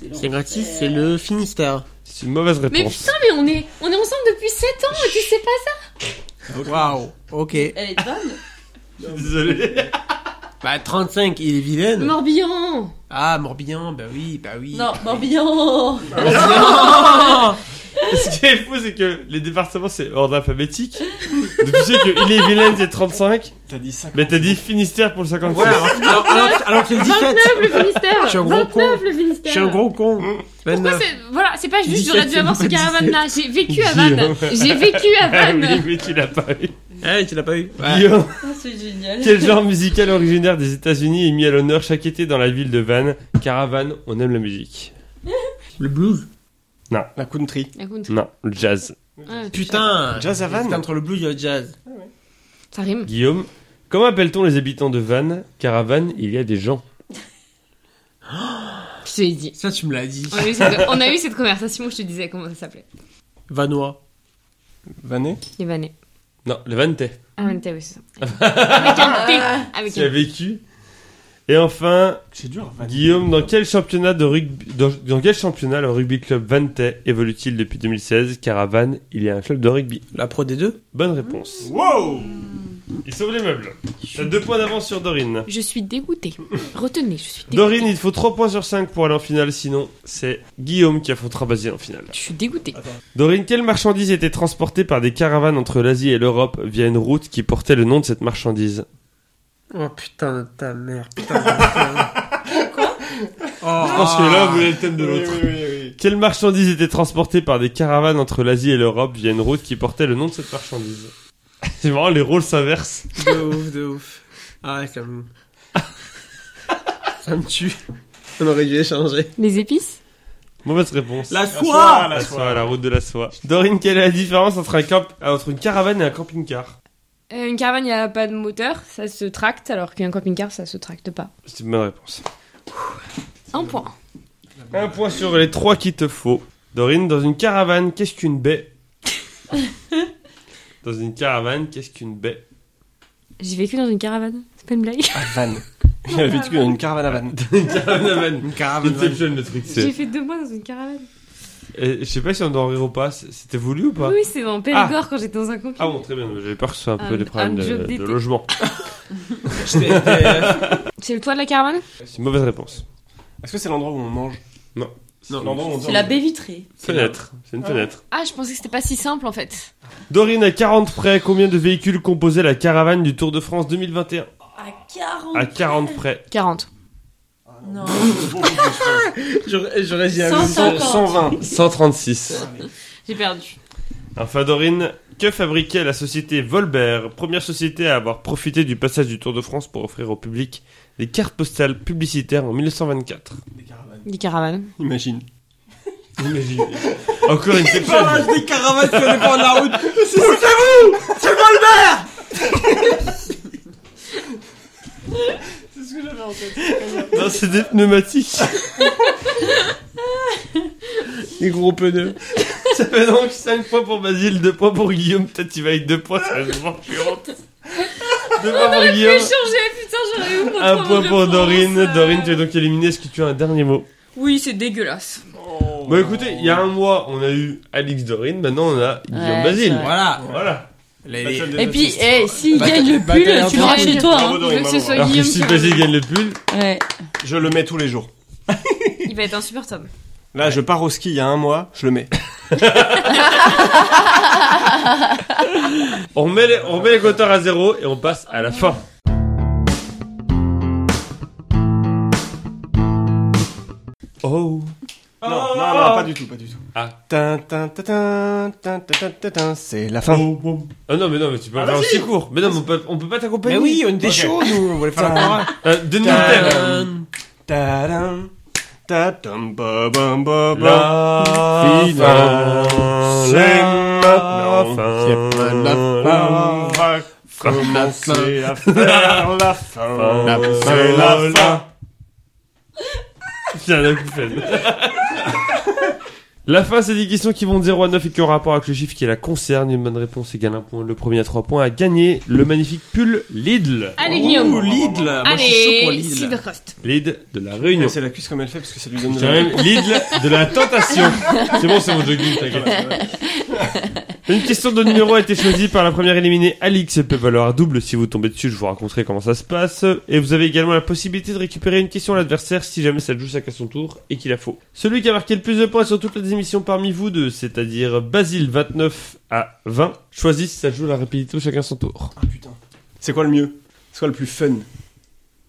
[SPEAKER 2] C'est gratis, c'est le Finistère.
[SPEAKER 1] C'est une mauvaise
[SPEAKER 5] Mais
[SPEAKER 1] réponse.
[SPEAKER 5] putain, mais on est, on est ensemble depuis 7 ans et tu sais pas ça.
[SPEAKER 2] Waouh, ok.
[SPEAKER 4] Elle est bonne.
[SPEAKER 1] Désolé.
[SPEAKER 2] Bah 35, il est vilaine.
[SPEAKER 5] Morbihan.
[SPEAKER 2] Ah, Morbihan, bah oui, bah oui. Ah.
[SPEAKER 4] Non, Morbihan.
[SPEAKER 1] Ce qui est fou, c'est que les départements, c'est ordre alphabétique. Donc tu sais que il est vilaine, c'est 35.
[SPEAKER 3] T'as dit 5
[SPEAKER 1] Mais t'as dit Finistère pour le 56.
[SPEAKER 2] Ouais, alors, alors, alors- alors que c'est le 17.
[SPEAKER 5] 29 le Finistère.
[SPEAKER 2] Je suis un gros
[SPEAKER 5] 29 le
[SPEAKER 2] Je
[SPEAKER 5] Finistère.
[SPEAKER 2] suis un gros con.
[SPEAKER 5] Pourquoi
[SPEAKER 2] 29.
[SPEAKER 5] c'est, voilà, c'est pas juste,
[SPEAKER 2] 17,
[SPEAKER 5] j'aurais dû avoir ce
[SPEAKER 2] c'est pas
[SPEAKER 5] caravane là. J'ai vécu à
[SPEAKER 1] Guillaume.
[SPEAKER 5] Van. J'ai vécu à
[SPEAKER 1] Ah oui,
[SPEAKER 5] Van.
[SPEAKER 1] mais tu l'as pas eu.
[SPEAKER 2] Eh, tu l'as pas eu Ouais.
[SPEAKER 1] Guillaume,
[SPEAKER 4] Oh, C'est génial.
[SPEAKER 1] quel genre musical originaire des États-Unis est mis à l'honneur chaque été dans la ville de Vannes Caravane, on aime la musique.
[SPEAKER 2] Le blues.
[SPEAKER 3] La country.
[SPEAKER 5] La Ah, country.
[SPEAKER 1] Non, le jazz.
[SPEAKER 5] Ouais,
[SPEAKER 2] Putain.
[SPEAKER 3] Jazz à Vannes.
[SPEAKER 2] C'était entre le blues et le jazz.
[SPEAKER 5] Ça rime.
[SPEAKER 1] Guillaume, comment appelle-t-on les habitants de Vannes Caravane, il y a des gens.
[SPEAKER 5] Je te l'ai dit.
[SPEAKER 2] Ça, tu me l'as dit.
[SPEAKER 5] On a, eu cette, on a eu cette conversation où je te disais comment ça s'appelait.
[SPEAKER 2] Vanois.
[SPEAKER 3] Vanet
[SPEAKER 5] Les Vanais.
[SPEAKER 1] Non, le Vantais.
[SPEAKER 5] Ah, Van Tay, oui, c'est ça. Avec un T. Avec
[SPEAKER 1] Qui a
[SPEAKER 5] un
[SPEAKER 1] vécu. Et enfin,
[SPEAKER 3] C'est dur, Vanet.
[SPEAKER 1] Guillaume, dans quel championnat de rugby, dans, dans quel championnat le rugby club Vantais évolue-t-il depuis 2016 Caravane, il y a un club de rugby.
[SPEAKER 2] La pro des deux.
[SPEAKER 1] Bonne réponse.
[SPEAKER 3] Wow
[SPEAKER 1] Il sauve les meubles. T'as deux points d'avance sur Dorine.
[SPEAKER 5] Je suis dégoûtée. Retenez, je suis dégoûtée.
[SPEAKER 1] Dorine, il te faut 3 points sur 5 pour aller en finale, sinon c'est Guillaume qui affrontera Basile en finale.
[SPEAKER 5] Je suis dégoûtée.
[SPEAKER 1] Dorine, quelle marchandise était transportée par des caravanes entre l'Asie et l'Europe via une route qui portait le nom de cette marchandise
[SPEAKER 2] Oh putain de ta mère, putain de ta Quoi
[SPEAKER 1] Je pense que là, vous avez le thème de l'autre.
[SPEAKER 3] Oui, oui, oui.
[SPEAKER 1] Quelle marchandise était transportée par des caravanes entre l'Asie et l'Europe via une route qui portait le nom de cette marchandise C'est marrant, les rôles s'inversent.
[SPEAKER 2] De ouf, de ouf. Ah, quand même. Ça me tue. On aurait dû échanger.
[SPEAKER 5] Les épices
[SPEAKER 1] Mauvaise réponse.
[SPEAKER 2] La
[SPEAKER 3] La soie,
[SPEAKER 2] soie
[SPEAKER 1] La soie, la route de la soie. Dorine, quelle est la différence entre, un camp- entre une caravane et un camping-car
[SPEAKER 5] Euh, Une caravane, il n'y a pas de moteur, ça se tracte, alors qu'un camping-car, ça se tracte pas.
[SPEAKER 1] C'est ma réponse.
[SPEAKER 5] Un point.
[SPEAKER 1] Un point sur les trois qu'il te faut. Dorine, dans une caravane, qu'est-ce qu'une baie Dans une caravane, qu'est-ce qu'une baie
[SPEAKER 5] J'ai vécu dans une caravane, c'est pas une blague.
[SPEAKER 3] Ah, van. Il a vécu dans une caravane à van.
[SPEAKER 1] Une caravane
[SPEAKER 2] Une caravane.
[SPEAKER 1] Inception le truc
[SPEAKER 5] J'ai
[SPEAKER 1] c'est.
[SPEAKER 5] fait deux mois dans une caravane.
[SPEAKER 1] Et Je sais pas si on doit en rire ou pas, c'était voulu ou pas
[SPEAKER 5] Oui, c'est dans Périgord quand j'étais dans un camping.
[SPEAKER 1] Ah bon, très bien, mais j'avais peur que ce soit un, peu
[SPEAKER 5] Un-
[SPEAKER 1] des problèmes
[SPEAKER 5] un job
[SPEAKER 1] de,
[SPEAKER 5] d'été.
[SPEAKER 1] de logement.
[SPEAKER 2] J'étais- j'étais-
[SPEAKER 5] C'est le toit de la caravane
[SPEAKER 1] C'est une mauvaise réponse.
[SPEAKER 3] Est-ce que c'est l'endroit où on mange
[SPEAKER 1] C'est
[SPEAKER 3] l'endroit où on
[SPEAKER 4] C'est la baie vitrée.
[SPEAKER 1] Fenêtre, c'est une
[SPEAKER 3] Ah.
[SPEAKER 1] fenêtre.
[SPEAKER 5] Ah, je pensais que c'était pas si simple en fait.
[SPEAKER 1] Dorine, à 40 près, combien de véhicules composaient la caravane du Tour de France 2021
[SPEAKER 4] À 40.
[SPEAKER 1] À 40 près.
[SPEAKER 5] 40.
[SPEAKER 4] Non.
[SPEAKER 2] J'aurais j'aurais dit un
[SPEAKER 4] 150.
[SPEAKER 3] 120.
[SPEAKER 1] 136.
[SPEAKER 5] J'ai perdu.
[SPEAKER 1] Enfin, Dorine, que fabriquait la société Volbert, première société à avoir profité du passage du Tour de France pour offrir au public des cartes postales publicitaires en 1924
[SPEAKER 5] Des caravanes.
[SPEAKER 3] Imagine.
[SPEAKER 1] Imagine. Encore une
[SPEAKER 2] C'est pas
[SPEAKER 1] question.
[SPEAKER 2] l'âge des caravanes sur le bord de la route.
[SPEAKER 3] C'est ce que j'avais en tête.
[SPEAKER 1] Non, c'est des pneumatiques.
[SPEAKER 2] Des gros pneus.
[SPEAKER 1] Ça fait donc 5 points pour Basile, 2 points pour Guillaume. Peut-être qu'il va avec 2 points, ça va être vraiment chiante. 2 points pour
[SPEAKER 5] J'ai
[SPEAKER 1] Guillaume,
[SPEAKER 5] changé, putain, j'aurais eu
[SPEAKER 1] 1 point pour Dorine. Dorine, tu es donc éliminée. Est-ce que tu as un dernier mot
[SPEAKER 5] Oui, c'est dégueulasse.
[SPEAKER 1] Bon, écoutez, il y a un mois, on a eu Alex Dorine, maintenant on a Guillaume
[SPEAKER 4] Ouais,
[SPEAKER 1] Basile.
[SPEAKER 4] c'est vrai.
[SPEAKER 2] Voilà.
[SPEAKER 1] Voilà.
[SPEAKER 2] Les-
[SPEAKER 3] Bataille de
[SPEAKER 4] Et puis,
[SPEAKER 3] nazistes.
[SPEAKER 4] eh, s'il
[SPEAKER 2] Bah,
[SPEAKER 4] gagne le
[SPEAKER 2] bah,
[SPEAKER 4] pull,
[SPEAKER 2] t'as
[SPEAKER 4] tu l'auras
[SPEAKER 5] un
[SPEAKER 4] chez
[SPEAKER 5] truc.
[SPEAKER 4] toi.
[SPEAKER 3] Bravo,
[SPEAKER 4] hein.
[SPEAKER 5] Je
[SPEAKER 3] Dorine,
[SPEAKER 5] veux que
[SPEAKER 3] bravo.
[SPEAKER 5] ce soit
[SPEAKER 1] Alors que
[SPEAKER 5] Guillaume.
[SPEAKER 1] Ah, si
[SPEAKER 5] qui-
[SPEAKER 1] Basile gagne le pull,
[SPEAKER 4] Ouais.
[SPEAKER 3] Je le mets tous les jours.
[SPEAKER 5] Il va être insupportable.
[SPEAKER 3] Là, je pars au ski il y a un mois, je le mets.
[SPEAKER 1] on remet les, on remet les compteurs à zéro et on passe à la fin. Oh.
[SPEAKER 3] Non, non, non, pas du tout, pas du tout.
[SPEAKER 1] Ah.
[SPEAKER 3] Tin, tin, tin, tin, tin, tin, tin, tin, C'est la fin.
[SPEAKER 1] Ah non, mais non, mais tu peux
[SPEAKER 3] Ah,
[SPEAKER 1] faire
[SPEAKER 3] vas-y.
[SPEAKER 1] aussi court. Mais non, mais on peut, on peut pas t'accompagner.
[SPEAKER 2] Mais oui, on était
[SPEAKER 1] Ok.
[SPEAKER 2] chaud, nous. On voulait faire la
[SPEAKER 3] Putain.
[SPEAKER 2] chorale.
[SPEAKER 1] Euh, Donne-nous le thème.
[SPEAKER 2] Tadam.
[SPEAKER 3] Tadam, tadam, ba, ba, ba, ba.
[SPEAKER 1] La
[SPEAKER 3] Finale.
[SPEAKER 1] c'est
[SPEAKER 3] maintenant. C'est maintenant.
[SPEAKER 1] maintenant.
[SPEAKER 3] On va commencer à faire la fin.
[SPEAKER 1] La fin.
[SPEAKER 3] C'est la fin.
[SPEAKER 1] Tiens, la couffaine. La fin, c'est des questions qui vont de 0 à 9 et qui ont rapport avec le chiffre qui la concerne. Une bonne réponse égale un point. Le premier à 3 points a gagné le magnifique pull Lidl.
[SPEAKER 5] Allez,
[SPEAKER 2] Ouh,
[SPEAKER 5] Guillaume.
[SPEAKER 2] Lidl.
[SPEAKER 3] Ah,
[SPEAKER 2] Moi, je suis chaud pour
[SPEAKER 5] Allez,
[SPEAKER 2] Lidl.
[SPEAKER 5] Cidercrost.
[SPEAKER 1] Lidl de la
[SPEAKER 3] Et
[SPEAKER 1] Réunion.
[SPEAKER 3] C'est la cuisse comme elle fait parce que ça lui donne
[SPEAKER 1] C'est
[SPEAKER 3] de
[SPEAKER 1] quand
[SPEAKER 3] la-
[SPEAKER 1] même Lidl de la tentation. C'est bon, c'est mon jogging, t'inquiète. Une question de numéro a été choisie par la première éliminée, Alix. Elle peut valoir à double. Si vous tombez dessus, je vous raconterai comment ça se passe. Et vous avez également la possibilité de récupérer une question à l'adversaire si jamais ça joue chacun son tour et qu'il a faux. Celui qui a marqué le plus de points sur toutes les émissions parmi vous deux, c'est-à-dire Basile 29 à 20, choisit si ça joue la rapidité ou chacun son tour.
[SPEAKER 3] Ah, putain. C'est quoi le mieux C'est quoi le plus fun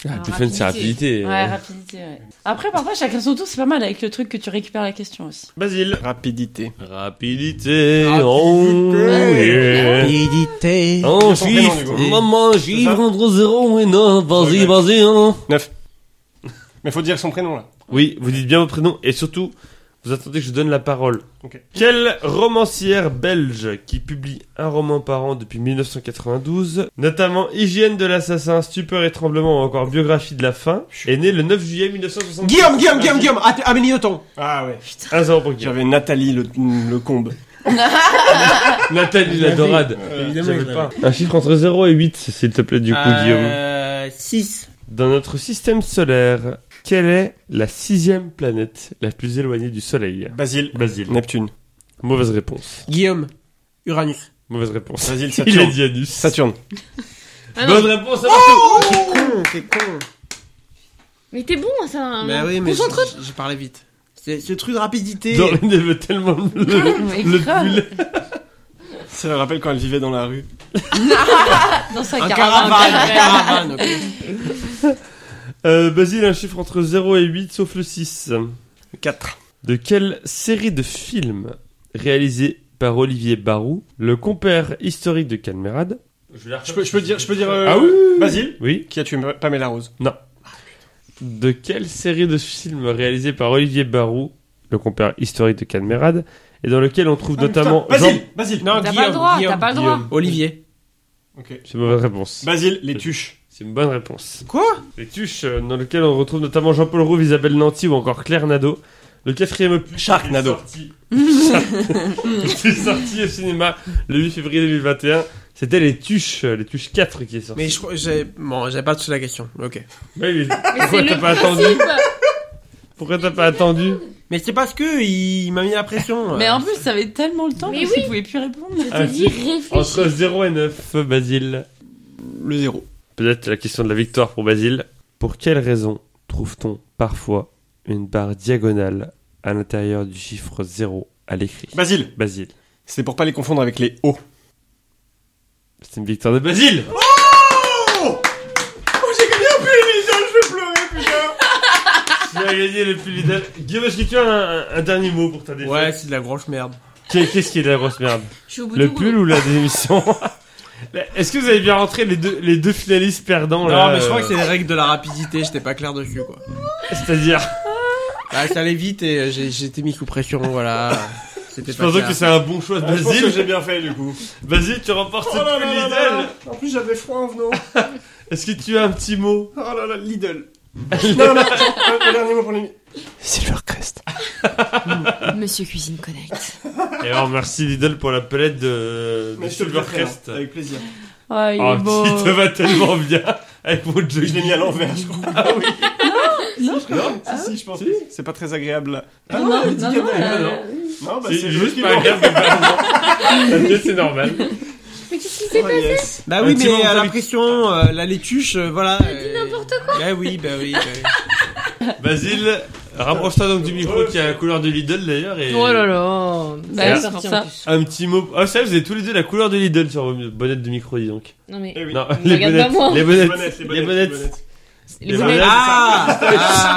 [SPEAKER 1] Ah, le
[SPEAKER 4] Ah,
[SPEAKER 1] plus fun, c'est rapidité.
[SPEAKER 4] Ouais, rapidité, ouais. Après, parfois, chacun son tour, c'est pas mal avec le truc que tu récupères la question aussi.
[SPEAKER 1] Basile.
[SPEAKER 3] Rapidité.
[SPEAKER 1] Rapidité. Oh, yeah.
[SPEAKER 2] Rapidité.
[SPEAKER 1] Oh,
[SPEAKER 3] son prénom, du coup.
[SPEAKER 1] maman,
[SPEAKER 3] ça
[SPEAKER 1] entre 0 et 9,
[SPEAKER 3] Ouais.
[SPEAKER 1] vas-y, hein.
[SPEAKER 3] Mais faut dire son prénom là.
[SPEAKER 1] Oui, vous dites bien votre prénom et surtout, vous attendez que je donne la parole.
[SPEAKER 3] Ok.
[SPEAKER 1] Quelle romancière belge qui publie un roman par an depuis 1992, notamment Hygiène de l'assassin, Stupeur et tremblement ou encore Biographie de la faim, est née le 9 juillet 1970
[SPEAKER 2] Guillaume, Guillaume, Guillaume, Guillaume. Ath- Amélie Nothomb.
[SPEAKER 3] Ah ouais.
[SPEAKER 1] 1 0 pour Guillaume.
[SPEAKER 3] J'avais Nathalie le, le combe.
[SPEAKER 1] Nathalie la dorade. J'avais pas. Un chiffre entre 0 et 8, s'il te plaît, du coup,
[SPEAKER 2] Euh.
[SPEAKER 1] Guillaume.
[SPEAKER 2] 6.
[SPEAKER 1] Dans notre système solaire, quelle est la sixième planète la plus éloignée du Soleil
[SPEAKER 3] Basile.
[SPEAKER 1] Basile.
[SPEAKER 3] Neptune.
[SPEAKER 1] Mauvaise réponse.
[SPEAKER 2] Guillaume. Uranus.
[SPEAKER 1] Mauvaise réponse.
[SPEAKER 3] Basile,
[SPEAKER 1] Il a
[SPEAKER 3] Saturne.
[SPEAKER 1] dit Anus.
[SPEAKER 3] Saturne.
[SPEAKER 5] Ah non,
[SPEAKER 1] Bonne
[SPEAKER 3] Oh.
[SPEAKER 1] réponse à Marceau.
[SPEAKER 2] con, t'es con.
[SPEAKER 5] Mais t'es bon, ça.
[SPEAKER 2] Mais oui, mais
[SPEAKER 5] Ah, Concentre-toi.
[SPEAKER 2] j'ai j'ai parlé vite. C'est ce truc de rapidité.
[SPEAKER 3] Ah,
[SPEAKER 1] Dorine elle veut tellement le,
[SPEAKER 4] Mais
[SPEAKER 1] le
[SPEAKER 4] grave.
[SPEAKER 1] pull.
[SPEAKER 3] Ça me rappelle quand elle vivait dans la rue.
[SPEAKER 4] Dans sa
[SPEAKER 2] Un
[SPEAKER 4] caravane.
[SPEAKER 2] caravane, un caravane, ok.
[SPEAKER 1] Euh, Basile, un chiffre entre 0 et 8, sauf le 6.
[SPEAKER 3] 4.
[SPEAKER 1] De quelle série de films réalisée par Olivier Barou, le compère historique de Calmerade
[SPEAKER 3] Je peux, je peux dire. Je peux dire euh,
[SPEAKER 1] Ah oui, oui, oui.
[SPEAKER 3] Basile
[SPEAKER 1] Oui.
[SPEAKER 3] Qui a tué Ma- Pamela Rose
[SPEAKER 1] De quelle série de films réalisée par Olivier Barou, le compère historique de Calmerade, et dans lequel on trouve notamment.
[SPEAKER 3] Ah, Putain,
[SPEAKER 1] Jean...
[SPEAKER 3] Basile Basile
[SPEAKER 2] Non,
[SPEAKER 5] T'as pas
[SPEAKER 2] Guillaume,
[SPEAKER 5] le droit, t'as
[SPEAKER 2] Guillaume.
[SPEAKER 5] pas le droit.
[SPEAKER 1] Guillaume.
[SPEAKER 2] Olivier.
[SPEAKER 3] Ok.
[SPEAKER 1] C'est une mauvaise réponse.
[SPEAKER 3] Basile, les tuches.
[SPEAKER 1] C'est une bonne réponse.
[SPEAKER 2] Quoi
[SPEAKER 1] Les tuches, euh, dans lequel on retrouve notamment Jean-Paul Rouve, Isabelle Nanty ou encore Claire Nadeau. Le quatrième opus.
[SPEAKER 3] Sharknado.
[SPEAKER 1] est sorti- C'est sorti au cinéma le 8 février 2021. C'était les tuches, euh, les tuches 4 qui est sorti.
[SPEAKER 2] Mais je crois- j'ai bon, j'ai pas tout la question. Ok.
[SPEAKER 1] Ouais, mais
[SPEAKER 5] Mais
[SPEAKER 1] pourquoi
[SPEAKER 5] c'est
[SPEAKER 1] t'as
[SPEAKER 5] le
[SPEAKER 1] pas attendu
[SPEAKER 5] principe.
[SPEAKER 1] Pourquoi t'as pas attendu
[SPEAKER 2] Mais c'est parce que il, m'a mis la pression. euh.
[SPEAKER 4] Mais en plus, ça avait tellement le temps
[SPEAKER 5] Mais
[SPEAKER 4] que
[SPEAKER 5] oui.
[SPEAKER 4] ne pouvait plus répondre.
[SPEAKER 5] Je te dis, réfléchis.
[SPEAKER 1] Entre 0 et 9, Basile.
[SPEAKER 3] Le zéro.
[SPEAKER 1] Peut-être la question de la victoire pour Basile. Pour quelle raison trouve-t-on parfois une barre diagonale à l'intérieur du chiffre 0 à l'écrit
[SPEAKER 3] Basile
[SPEAKER 1] Basile.
[SPEAKER 3] C'est pour pas les confondre avec les O.
[SPEAKER 1] C'est une victoire de Basile Tu as gagné le pull Lidl. Guillaume, est-ce que tu as un, un- un dernier mot pour ta défaite
[SPEAKER 2] Ouais, c'est de la grosse merde.
[SPEAKER 1] Qu'est- Qu'est-ce qui est de la grosse merde
[SPEAKER 5] Je suis au bout
[SPEAKER 1] Le
[SPEAKER 5] du
[SPEAKER 1] pull
[SPEAKER 5] rouleau.
[SPEAKER 1] ou la démission La- Est-ce que vous avez bien rentré les deux, les deux finalistes perdants
[SPEAKER 2] Non,
[SPEAKER 1] là
[SPEAKER 2] mais je crois
[SPEAKER 1] euh,
[SPEAKER 2] que c'est les règles de la rapidité. J'étais pas clair dessus, quoi.
[SPEAKER 1] C'est-à-dire,
[SPEAKER 2] Bah, ça allait vite et j'ai- j'étais mis sous pression, voilà. C'était
[SPEAKER 1] je
[SPEAKER 2] pas
[SPEAKER 1] pense
[SPEAKER 2] clair.
[SPEAKER 1] que c'est un bon choix de Basile.
[SPEAKER 3] bien fait du coup.
[SPEAKER 1] Basile, tu remportes
[SPEAKER 3] Oh
[SPEAKER 1] cette
[SPEAKER 3] là
[SPEAKER 1] pull
[SPEAKER 3] là là
[SPEAKER 1] Lidl.
[SPEAKER 3] là là. En plus j'avais froid en venant.
[SPEAKER 1] Est-ce que tu as un petit mot
[SPEAKER 3] Oh là là, Lidl. non, non, attends, un- un dernier mot pour les. Silvercrest.
[SPEAKER 5] Monsieur Cuisine Connect.
[SPEAKER 1] Et alors, merci Lidl pour la palette de, de
[SPEAKER 3] Mais je te le ferai,
[SPEAKER 1] Silvercrest.
[SPEAKER 3] hein, Avec plaisir.
[SPEAKER 4] Oh, il
[SPEAKER 1] Oh,
[SPEAKER 4] est beau.
[SPEAKER 1] qui te va tellement bien avec mon jogging.
[SPEAKER 3] Je l'ai mis à l'envers, je crois. Ah oui
[SPEAKER 4] Non,
[SPEAKER 3] je crois. Si, si, je pense. que C'est pas très agréable là.
[SPEAKER 4] Ah non, non, non,
[SPEAKER 1] Ah
[SPEAKER 4] euh,
[SPEAKER 1] non.
[SPEAKER 3] Non, bah
[SPEAKER 1] C'est
[SPEAKER 3] c'est
[SPEAKER 1] juste
[SPEAKER 3] qui
[SPEAKER 1] pas
[SPEAKER 3] l'ont-
[SPEAKER 1] grave de pas le C'est normal.
[SPEAKER 5] Mais qu'est-ce qui
[SPEAKER 3] Ah, yes.
[SPEAKER 2] Bah
[SPEAKER 1] Un
[SPEAKER 2] oui,
[SPEAKER 1] petit
[SPEAKER 2] mais
[SPEAKER 1] moment,
[SPEAKER 2] à la
[SPEAKER 1] Félix.
[SPEAKER 2] pression, euh, la laituche, euh, voilà. Dit n'importe quoi. Bah oui, bah oui. bah oui.
[SPEAKER 1] Basile, rapproche-toi donc du micro qui a la couleur de Lidl d'ailleurs. Et...
[SPEAKER 5] Oh là là.
[SPEAKER 4] Bah,
[SPEAKER 5] elle
[SPEAKER 1] c'est
[SPEAKER 5] sorti
[SPEAKER 4] ça.
[SPEAKER 5] en plus.
[SPEAKER 1] Un petit mot. Ah, ça, vous avez tous les deux la couleur de Lidl sur vos bonnettes de micro, dis donc.
[SPEAKER 5] Non mais.
[SPEAKER 3] Eh oui.
[SPEAKER 1] Non,
[SPEAKER 5] me regarde pas, moi.
[SPEAKER 1] les
[SPEAKER 3] Les
[SPEAKER 1] bonnettes.
[SPEAKER 3] bonnettes, les
[SPEAKER 1] les bonnettes.
[SPEAKER 3] bonnettes, les bonnettes.
[SPEAKER 1] Les
[SPEAKER 5] Les bonnets.
[SPEAKER 1] bonnets.
[SPEAKER 2] Ah,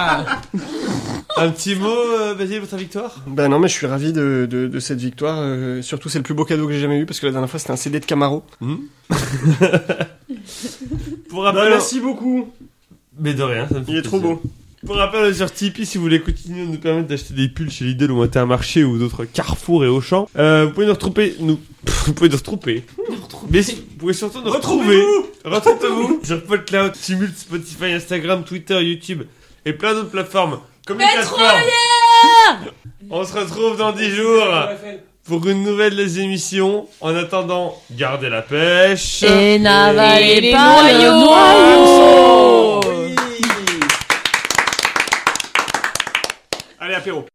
[SPEAKER 2] ah
[SPEAKER 1] Un petit mot, euh, Basile, pour ta victoire
[SPEAKER 3] Bah non, mais je suis ravi de, de, de cette victoire. euh, surtout, c'est le plus beau cadeau que j'ai jamais eu parce que la dernière fois, c'était un CD de Camaro.
[SPEAKER 1] Pour rappel.
[SPEAKER 3] Ah bah, beaucoup.
[SPEAKER 1] Mais de rien, ça me fait
[SPEAKER 3] Il est trop
[SPEAKER 1] plaisir.
[SPEAKER 3] beau.
[SPEAKER 1] Pour rappel, sur Tipeee, si vous voulez continuer de nous permettre d'acheter des pulls chez Lidl ou Intermarché ou d'autres Carrefour et Auchan, euh, vous pouvez nous retrouver, nous, vous pouvez nous retrouver, mais si- vous pouvez surtout nous retrouver, retrouvez-vous sur PodCloud, Tumult, Spotify, Instagram, Twitter, YouTube et plein d'autres plateformes comme les plateformes. On se retrouve dans 10 jours
[SPEAKER 2] Ah
[SPEAKER 1] pour une nouvelle des émissions. En attendant, gardez la pêche.
[SPEAKER 4] Et n'avalez
[SPEAKER 5] les
[SPEAKER 4] pas
[SPEAKER 5] noyaux.
[SPEAKER 4] le noyau.
[SPEAKER 3] Allez, apéro.